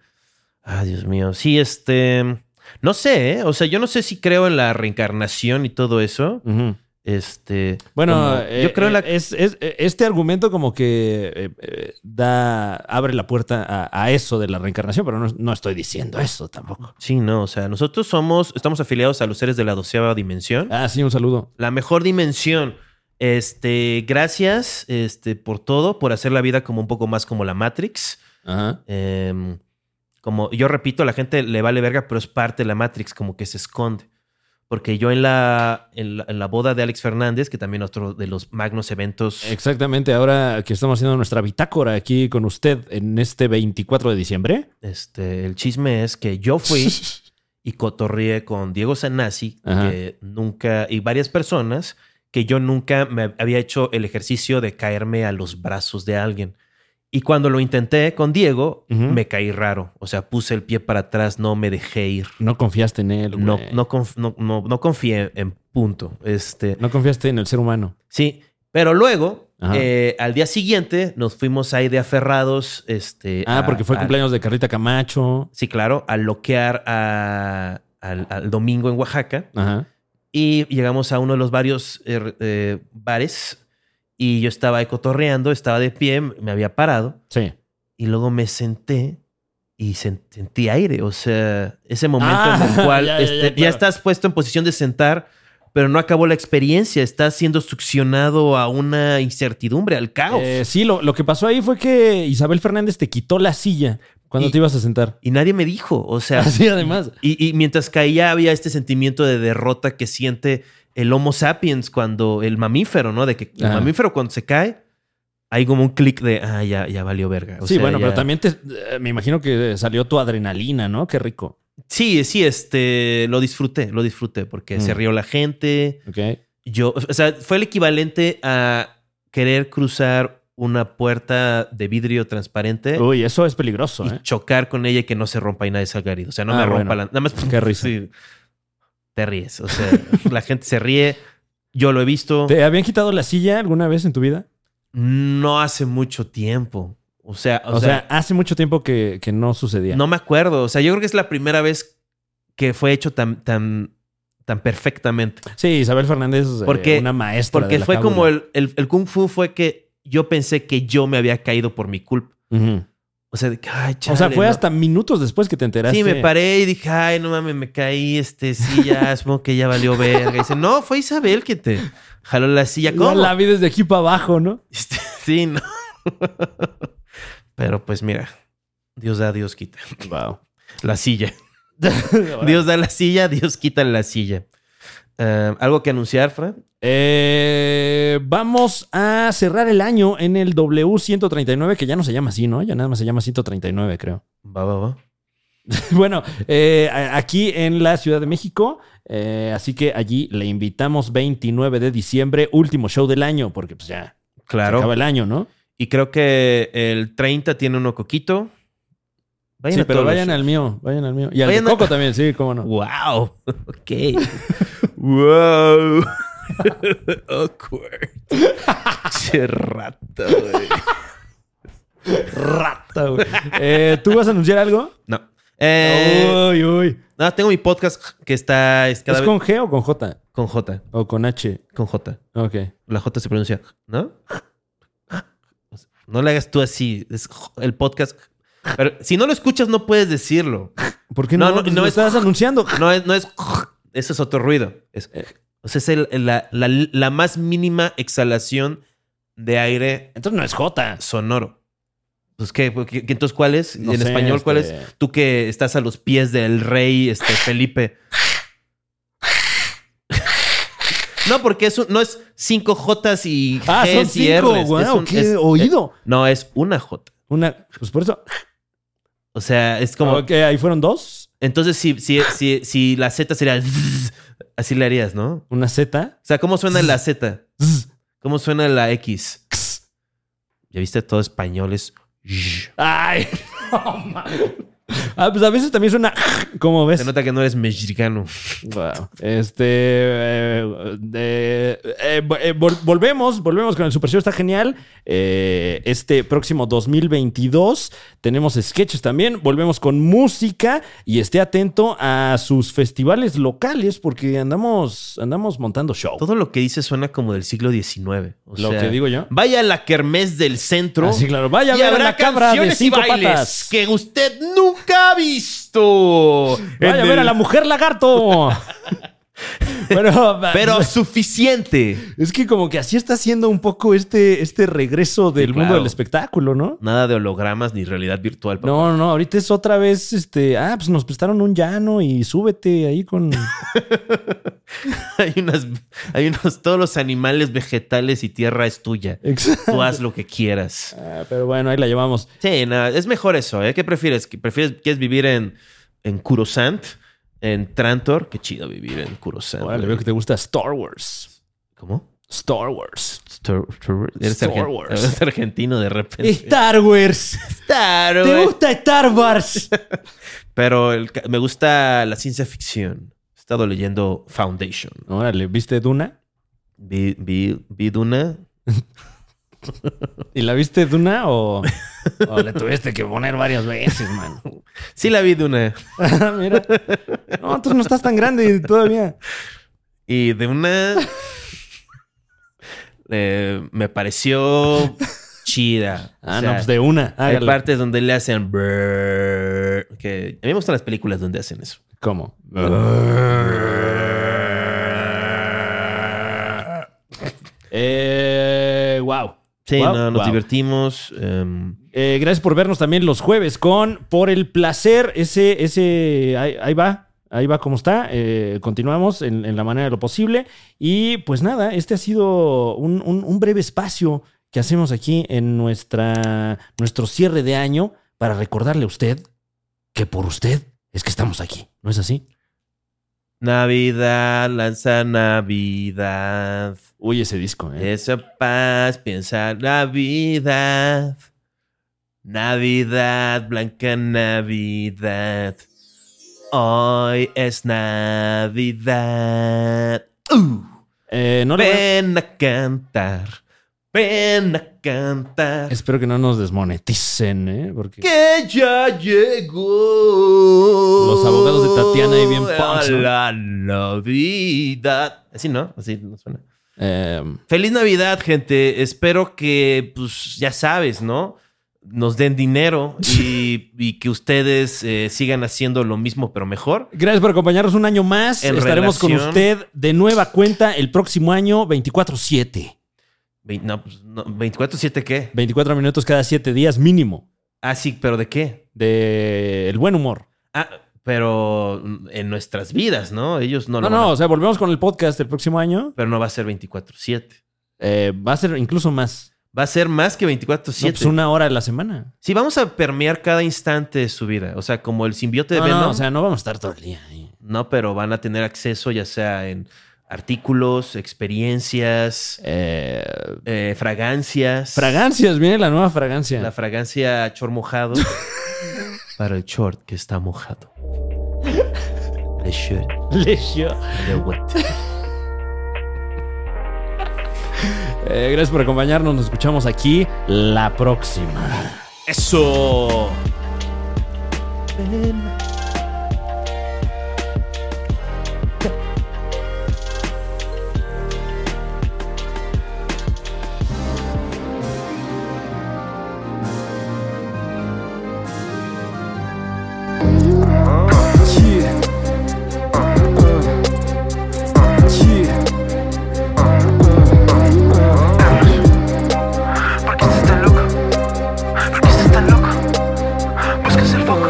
[SPEAKER 2] Ah, Dios mío. Sí, este. No sé, ¿eh? O sea, yo no sé si creo en la reencarnación y todo eso.
[SPEAKER 1] Ujú.
[SPEAKER 2] Este.
[SPEAKER 1] Bueno,
[SPEAKER 2] como-
[SPEAKER 1] eh,
[SPEAKER 2] yo creo en la.
[SPEAKER 1] eh, es, es- eh, este argumento como que eh, eh, da abre la puerta a, a eso de la reencarnación, pero no, no estoy diciendo eso tampoco.
[SPEAKER 2] Sí, no. O sea, nosotros somos. Estamos afiliados a los seres de la doceava dimensión.
[SPEAKER 1] Ah, sí, un saludo.
[SPEAKER 2] La mejor dimensión. Este, gracias este, por todo, por hacer la vida como un poco más como la Matrix.
[SPEAKER 1] Ajá.
[SPEAKER 2] Em, como yo repito, a la gente le vale verga, pero es parte de la Matrix, como que se esconde. Porque yo en la, en la, en la boda de Alex Fernández, que también otro de los magnos eventos.
[SPEAKER 1] Eh. Exactamente, ahora que estamos haciendo nuestra bitácora aquí con usted en este 24 de diciembre.
[SPEAKER 2] Este, el chisme es que yo fui y cotorrié con Diego Sanasi,
[SPEAKER 1] Ajá.
[SPEAKER 2] que nunca, y varias personas, que yo nunca me había hecho el ejercicio de caerme a los brazos de alguien. Y cuando lo intenté con Diego,
[SPEAKER 1] Ujú.
[SPEAKER 2] me caí raro. O sea, puse el pie para atrás, no me dejé ir.
[SPEAKER 1] No confiaste en él.
[SPEAKER 2] No,
[SPEAKER 1] güey.
[SPEAKER 2] no, conf- no, no, no confié en punto. Este,
[SPEAKER 1] no confiaste en el ser humano.
[SPEAKER 2] sí, pero luego
[SPEAKER 1] Ajá.
[SPEAKER 2] Eh, al día siguiente nos fuimos ahí de aferrados. Este,
[SPEAKER 1] ah,
[SPEAKER 2] a-
[SPEAKER 1] porque fue el
[SPEAKER 2] a-
[SPEAKER 1] cumpleaños de Carlita Camacho.
[SPEAKER 2] Sí, claro, a loquear a- al, al domingo en Oaxaca.
[SPEAKER 1] Ajá.
[SPEAKER 2] Y llegamos a uno de los varios eh, eh, bares y yo estaba ahí cotorreando, estaba de pie, me había parado
[SPEAKER 1] Sí.
[SPEAKER 2] y luego me senté y sen- sentí aire. O sea, ese momento
[SPEAKER 1] Ah,
[SPEAKER 2] en el cual
[SPEAKER 1] ya, ya,
[SPEAKER 2] este,
[SPEAKER 1] ya,
[SPEAKER 2] ya,
[SPEAKER 1] claro.
[SPEAKER 2] estás puesto en posición de sentar, pero no acabó la experiencia. Estás siendo succionado a una incertidumbre, al caos.
[SPEAKER 1] Eh, sí, lo, lo que pasó ahí fue que Isabel Fernández te quitó la silla cuando
[SPEAKER 2] Y-
[SPEAKER 1] te ibas a sentar.
[SPEAKER 2] Y nadie me dijo. O sea,
[SPEAKER 1] Así además.
[SPEAKER 2] Y, y mientras caía había este sentimiento de derrota que siente el Homo sapiens cuando el mamífero, ¿no? De que el
[SPEAKER 1] Ajá.
[SPEAKER 2] mamífero cuando se cae hay como un clic de, ah, ya, ya valió verga. O
[SPEAKER 1] sí,
[SPEAKER 2] sea,
[SPEAKER 1] bueno,
[SPEAKER 2] ya-
[SPEAKER 1] pero también te, eh, me imagino que salió tu adrenalina, ¿no? Qué rico.
[SPEAKER 2] Sí, sí, este, lo disfruté, lo disfruté porque
[SPEAKER 1] Mm.
[SPEAKER 2] se rió la gente.
[SPEAKER 1] Ok.
[SPEAKER 2] Yo, o sea, fue el equivalente a querer cruzar una puerta de vidrio transparente
[SPEAKER 1] Uy, eso es peligroso,
[SPEAKER 2] y
[SPEAKER 1] ¿eh?
[SPEAKER 2] chocar con ella y que no se rompa y nadie salga herido. O sea, no
[SPEAKER 1] Ah,
[SPEAKER 2] me rompa
[SPEAKER 1] bueno.
[SPEAKER 2] la... Nada más...
[SPEAKER 1] Qué risa.
[SPEAKER 2] Sí. Te ríes. O sea, la gente se ríe. Yo lo he visto
[SPEAKER 1] ¿Te habían quitado la silla alguna vez en tu vida?
[SPEAKER 2] no hace mucho tiempo. O sea,
[SPEAKER 1] O,
[SPEAKER 2] o
[SPEAKER 1] sea,
[SPEAKER 2] sea,
[SPEAKER 1] hace mucho tiempo que, que no sucedía.
[SPEAKER 2] no me acuerdo. O sea, yo creo que es la primera vez que fue hecho tan, tan, tan perfectamente.
[SPEAKER 1] Sí, Isabel Fernández es
[SPEAKER 2] Porque-
[SPEAKER 1] una maestra.
[SPEAKER 2] Porque fue como el, el- el kung fu fue que yo pensé que yo me había caído por mi culpa. O sea, de que, ay,
[SPEAKER 1] o sea,
[SPEAKER 2] chale,
[SPEAKER 1] fue
[SPEAKER 2] ¿no?
[SPEAKER 1] hasta minutos después que te enteraste.
[SPEAKER 2] Sí, me paré y dije, ay, no mames, me caí, este, sí, ya, supongo que ya valió verga. Y dice, no, fue Isabel que te jaló la silla.
[SPEAKER 1] No
[SPEAKER 2] ¿Cómo?
[SPEAKER 1] la vi desde aquí para abajo, ¿no?
[SPEAKER 2] Este, sí, no. Pero pues mira, Dios da, Dios quita.
[SPEAKER 1] Wow.
[SPEAKER 2] La silla. Dios da la silla, Dios quita la silla. Eh, ¿Algo que anunciar, Fran?
[SPEAKER 1] Eh, vamos a cerrar el año en el W139, que ya no se llama así, ¿no? Ya nada más se llama 139, creo.
[SPEAKER 2] Va, va, va.
[SPEAKER 1] Bueno, eh, a- aquí en la Ciudad de México, eh, así que allí le invitamos 29 de diciembre, último show del año, porque pues ya se acaba
[SPEAKER 2] Claro.
[SPEAKER 1] el año, ¿no?
[SPEAKER 2] Y creo que el 30 tiene uno coquito. Vayan
[SPEAKER 1] sí,
[SPEAKER 2] a
[SPEAKER 1] pero
[SPEAKER 2] todos los
[SPEAKER 1] vayan al mío, vayan al mío. Y al de
[SPEAKER 2] Vayan a-
[SPEAKER 1] Coco también, sí, cómo no.
[SPEAKER 2] Wow. Ok. wow. Awkward. Che rata, güey.
[SPEAKER 1] Rata, güey. Eh, ¿Tú vas a anunciar algo?
[SPEAKER 2] No. Eh,
[SPEAKER 1] uy, uy.
[SPEAKER 2] no, tengo mi podcast que está es cada
[SPEAKER 1] ¿Es
[SPEAKER 2] vez-
[SPEAKER 1] con G o con J?
[SPEAKER 2] con J.
[SPEAKER 1] ¿O con H?
[SPEAKER 2] Con J.
[SPEAKER 1] Ok.
[SPEAKER 2] La J se pronuncia, ¿no? No le hagas tú así. Es el podcast. Pero si no lo escuchas, no puedes decirlo.
[SPEAKER 1] ¿Por qué no,
[SPEAKER 2] No,
[SPEAKER 1] no,
[SPEAKER 2] no, no es-
[SPEAKER 1] estás anunciando?
[SPEAKER 2] No es, no es. Eso es otro ruido. Es, o sea, es el- la, la- la más mínima exhalación de aire
[SPEAKER 1] Entonces no es J.
[SPEAKER 2] sonoro. Pues, ¿qué? ¿Qué- qué- entonces, ¿cuál es?
[SPEAKER 1] No
[SPEAKER 2] ¿En
[SPEAKER 1] sé,
[SPEAKER 2] español cuál es?
[SPEAKER 1] este-
[SPEAKER 2] Tú que estás a los pies del rey este, Felipe. No, porque es un- no es cinco Jotas y Gs
[SPEAKER 1] Ah, son
[SPEAKER 2] y
[SPEAKER 1] cinco,
[SPEAKER 2] Rs. Es
[SPEAKER 1] wow,
[SPEAKER 2] un-
[SPEAKER 1] qué
[SPEAKER 2] es-
[SPEAKER 1] oído.
[SPEAKER 2] no, es una J.
[SPEAKER 1] Una, pues por eso.
[SPEAKER 2] O sea, es como.
[SPEAKER 1] Como que ahí fueron dos,
[SPEAKER 2] Entonces, si, si, si, si la Z sería. zzz, así le harías, ¿no?
[SPEAKER 1] una Z.
[SPEAKER 2] O sea, ¿cómo suena la Z?
[SPEAKER 1] Zzz.
[SPEAKER 2] ¿Cómo suena la X? Ya viste, todo español es. zzz.
[SPEAKER 1] Ay, no, man. Ah, pues a veces también suena como ves.
[SPEAKER 2] Se nota que no eres mexicano.
[SPEAKER 1] Wow. Este. eh, de- eh, vo- eh, vol- volvemos, volvemos con el Super Show, está genial. Eh, este próximo 2022 tenemos sketches también, volvemos con música y esté atento a sus festivales locales porque andamos, andamos montando show.
[SPEAKER 2] Todo lo que dice suena como del siglo XIX. O
[SPEAKER 1] Lo
[SPEAKER 2] sea,
[SPEAKER 1] que digo yo.
[SPEAKER 2] Vaya a la kermés del centro.
[SPEAKER 1] Ah, sí, claro. Vaya a
[SPEAKER 2] y
[SPEAKER 1] ver a
[SPEAKER 2] habrá
[SPEAKER 1] la cabra de
[SPEAKER 2] canciones y
[SPEAKER 1] cinco
[SPEAKER 2] bailes
[SPEAKER 1] patas.
[SPEAKER 2] que usted nunca ha visto.
[SPEAKER 1] Vaya
[SPEAKER 2] En
[SPEAKER 1] a ver
[SPEAKER 2] el-
[SPEAKER 1] a la mujer lagarto. Bueno,
[SPEAKER 2] Pero suficiente.
[SPEAKER 1] es que como que así está haciendo un poco este, este regreso del mundo
[SPEAKER 2] claro.
[SPEAKER 1] del espectáculo, ¿no?
[SPEAKER 2] Nada de hologramas ni realidad virtual. papá.
[SPEAKER 1] No, no, no, ahorita es otra vez, este, ah, pues nos prestaron un llano y súbete ahí con...
[SPEAKER 2] hay, unas, hay unos, todos los animales, vegetales y tierra es tuya. Tú haz lo que quieras.
[SPEAKER 1] Ah, pero bueno, ahí la llevamos.
[SPEAKER 2] Sí, no, es mejor eso, ¿eh? ¿Qué prefieres? ¿Que prefieres quieres vivir en, en Kurosant? ¿En Trantor? Qué chido vivir en Kurosant.
[SPEAKER 1] Ahora pues le
[SPEAKER 2] güey.
[SPEAKER 1] veo que te gusta Star Wars.
[SPEAKER 2] ¿Cómo?
[SPEAKER 1] Star Wars.
[SPEAKER 2] Star, Star Wars. Eres,
[SPEAKER 1] Star
[SPEAKER 2] argen-
[SPEAKER 1] Wars.
[SPEAKER 2] eres argentino de repente.
[SPEAKER 1] Eh, Star Wars.
[SPEAKER 2] Star
[SPEAKER 1] ¿Te
[SPEAKER 2] Wars.
[SPEAKER 1] gusta Star Wars?
[SPEAKER 2] Pero el ca- me gusta la ciencia ficción. He estado leyendo Foundation.
[SPEAKER 1] Órale, ¿viste Duna?
[SPEAKER 2] Vi, vi, vi Duna.
[SPEAKER 1] ¿Y la viste de una o, o le tuviste que poner varias veces, man?
[SPEAKER 2] Sí la vi de una.
[SPEAKER 1] Ah, Mira. No, entonces no estás tan grande todavía.
[SPEAKER 2] Y de una... eh, me pareció chida.
[SPEAKER 1] Ah,
[SPEAKER 2] O sea,
[SPEAKER 1] no, pues de una.
[SPEAKER 2] Hay
[SPEAKER 1] Hágale.
[SPEAKER 2] partes donde le hacen... brrr, Que a mí me gustan las películas donde hacen eso.
[SPEAKER 1] ¿Cómo? Eh, wow.
[SPEAKER 2] Sí,
[SPEAKER 1] Wow,
[SPEAKER 2] no, nos
[SPEAKER 1] wow.
[SPEAKER 2] divertimos. em,
[SPEAKER 1] Eh, gracias por vernos también los jueves con Por el Placer. Ese, ese, ahí, ahí va. Ahí va como está. Eh, continuamos en, en la manera de lo posible. Y pues nada, este ha sido un, un- un breve espacio que hacemos aquí en nuestra, nuestro cierre de año para recordarle a usted que por usted es que estamos aquí. ¿No es así?
[SPEAKER 2] Navidad, lanza Navidad.
[SPEAKER 1] Oye, ese disco,
[SPEAKER 2] Ah.
[SPEAKER 1] ¿eh?
[SPEAKER 2] Esa paz, piensa Navidad. Navidad, blanca Navidad. Hoy es Navidad. Uh,
[SPEAKER 1] Eh, no le voy a-
[SPEAKER 2] ven a cantar. Ven a cantar.
[SPEAKER 1] Espero que no nos desmoneticen, ¿eh? Porque...
[SPEAKER 2] que ya llegó.
[SPEAKER 1] Los abogados de Tatiana y bien punks, ¿no?
[SPEAKER 2] La Navidad. Así no, así no suena.
[SPEAKER 1] Eh,
[SPEAKER 2] Feliz Navidad, gente. Espero que, pues, ya sabes, ¿no? Nos den dinero y, y que ustedes eh, sigan haciendo lo mismo, pero mejor.
[SPEAKER 1] Gracias por acompañarnos un año más.
[SPEAKER 2] En
[SPEAKER 1] Estaremos con
[SPEAKER 2] relación-
[SPEAKER 1] usted de nueva cuenta el próximo año 24-7.
[SPEAKER 2] Vein- no, pues, no, 24-7, ¿qué?
[SPEAKER 1] 24 minutos cada 7 días mínimo
[SPEAKER 2] Ah, sí, pero ¿de qué?
[SPEAKER 1] de el buen humor.
[SPEAKER 2] Ah, pero mm, en nuestras vidas, ¿no? Ellos no
[SPEAKER 1] No,
[SPEAKER 2] lo
[SPEAKER 1] no,
[SPEAKER 2] van a-
[SPEAKER 1] o sea, volvemos con el podcast el próximo año.
[SPEAKER 2] Pero no va a ser 24-7.
[SPEAKER 1] Eh, va a ser incluso más.
[SPEAKER 2] Va a ser más que
[SPEAKER 1] No,
[SPEAKER 2] 24-7.
[SPEAKER 1] pues una hora a la semana.
[SPEAKER 2] Sí, vamos a permear cada instante de su vida. O sea, como el simbiote de
[SPEAKER 1] No,
[SPEAKER 2] Venom.
[SPEAKER 1] no,
[SPEAKER 2] No,
[SPEAKER 1] o sea, no vamos a estar todo el día. ahí.
[SPEAKER 2] pero van a tener acceso ya sea en artículos, experiencias,
[SPEAKER 1] Eh,
[SPEAKER 2] eh, fragancias.
[SPEAKER 1] fragancias, viene la nueva fragancia.
[SPEAKER 2] La fragancia chor mojado. para el short que está mojado. The shirt,
[SPEAKER 1] Lecio.
[SPEAKER 2] the wet.
[SPEAKER 1] Eh, gracias por acompañarnos. Nos escuchamos aquí la próxima.
[SPEAKER 2] ¡Eso!
[SPEAKER 7] ¿Por qué estás tan loco? ¿Por qué estás tan loco? Buscas el foco.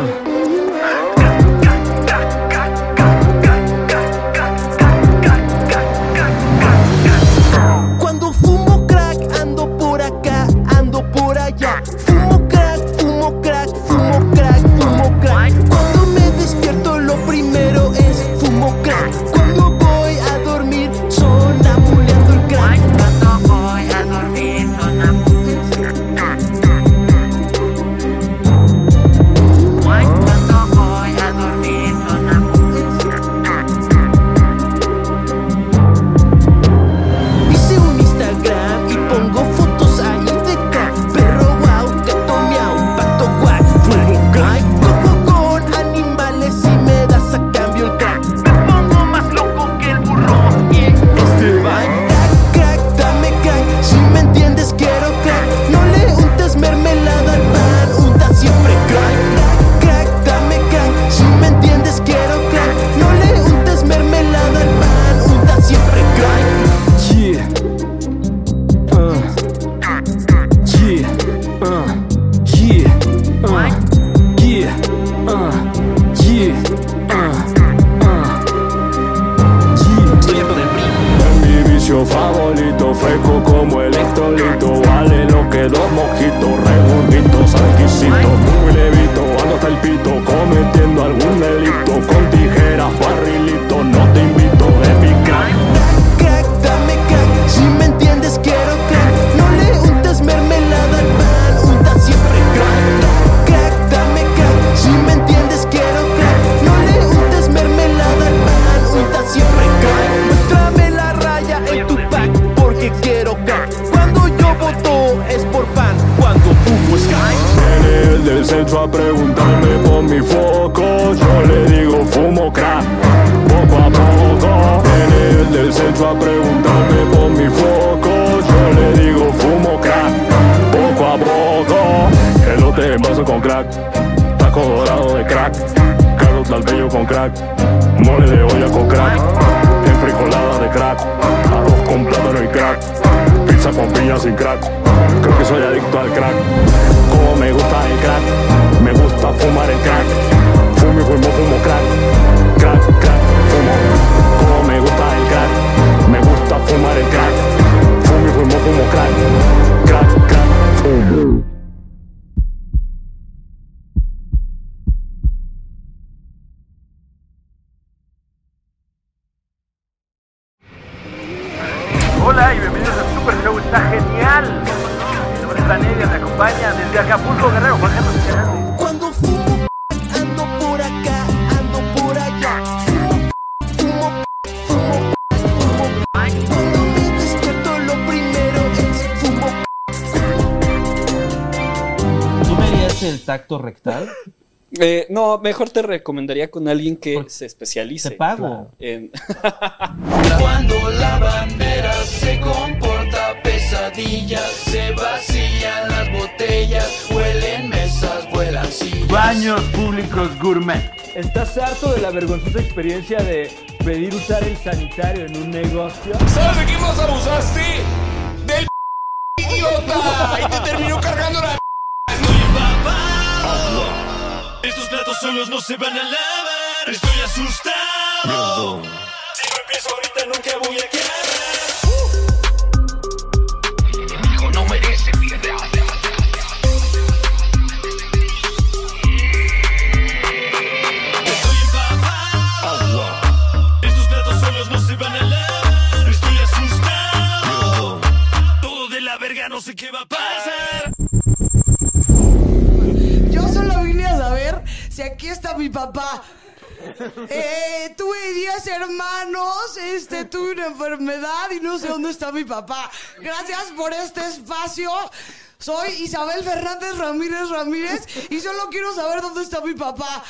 [SPEAKER 8] Cuando fumo crack, ando por acá, ando por allá. Fumo crack, fumo crack, fumo crack, fumo crack. Cuando me despierto, lo primero es fumo crack. Cuando voy a dormir, sonamuleando el crack.
[SPEAKER 7] Cuando voy a dormir con Cuando voy a dormir con
[SPEAKER 8] Hice un Instagram y pongo fotos ahí de crack. Perro guau, gato miau, pato guac, fumo crack. Como con animales y me das a cambio el crack.
[SPEAKER 7] Me pongo más loco que el burro.
[SPEAKER 8] Este van Crack, crack, dame crack Si me entiendes quiero crack No le untes mermelada al pan Unta siempre crack Crack, crack, dame crack Si me entiendes quiero crack No le untes mermelada al pan Unta siempre crack Yeah Uh Yeah Uh Yeah Uh Yeah Uh Yeah uh,
[SPEAKER 7] Estoy harto del brillo.
[SPEAKER 3] Mi vicio favorito, fresco como electrolito Vale lo que dos mojitos, redonditos, exquisitos Muy levito, ando hasta el pito, cometiendo algún delito Con tijeras, barrilito, no te invito de mi crack
[SPEAKER 8] Crack, dame crack, si me entiendes quiero crack No le untes mermelada al pan, unta siempre crack Crack, dame crack, si me entiendes quiero crack No le untes mermelada al pan, unta siempre crack Muéstrame la raya en tu pack, porque quiero crack Cuando yo voto
[SPEAKER 3] prende con mi foco, yo le digo fumo crack. Poco a poco, viene el del centro a preguntarme por mi foco, yo le digo fumo crack. Poco a poco, elote en vaso con crack, taco dorado de crack, carros al bello con crack, mole de olla con crack, enfrijolada de crack, arroz con plátano y crack, pizza con piña sin crack, creo que soy adicto al crack, como me gusta el crack, me gusta fumar el crack, fumo y fumo, fumo crack, crack, crack, fumo, como me gusta el crack, me gusta fumar el crack, fumo y fumo, fumo crack, crack, crack, fumo.
[SPEAKER 9] Hola y bienvenidos al Super Show, está genial. Mi nombre es Daniel, me acompaña desde Acapulco, Guerrero, Juan Carlos Fernández.
[SPEAKER 8] Cuando fumo, ando por acá, ando por allá. Fumo, fumo, fumo, fumo. Cuando me despierto, lo primero es fumo.
[SPEAKER 2] ¿Tú me harías el tacto rectal?
[SPEAKER 10] Eh, no, mejor te recomendaría con alguien que se especialice.
[SPEAKER 2] Te pago.
[SPEAKER 10] en-
[SPEAKER 8] Cuando la bandera se comporta pesadillas, se vacían las botellas, huelen mesas, vuelan sillas.
[SPEAKER 9] Baños públicos gourmet.
[SPEAKER 11] ¿Estás harto de la vergonzosa experiencia de pedir usar el sanitario en un negocio?
[SPEAKER 8] ¿Sabes de qué más abusaste? Del idiota. Y te terminó cargando la. Estoy empapado. Estos platos solos no se van a lavar. Estoy asustado. Si no empiezo ahorita nunca voy a quedar. El enemigo no merece piedad. Estoy empapado. Estos platos solos no se van a lavar. Estoy asustado. Todo de la verga, no sé qué va a pasar.
[SPEAKER 12] Yo solo vine a saber si aquí está mi papá. Eh, tuve 10 hermanos, este, tuve una enfermedad y no sé dónde está mi papá. Gracias por este espacio. Soy Isabel Fernández Ramírez Ramírez y solo quiero saber dónde está mi papá.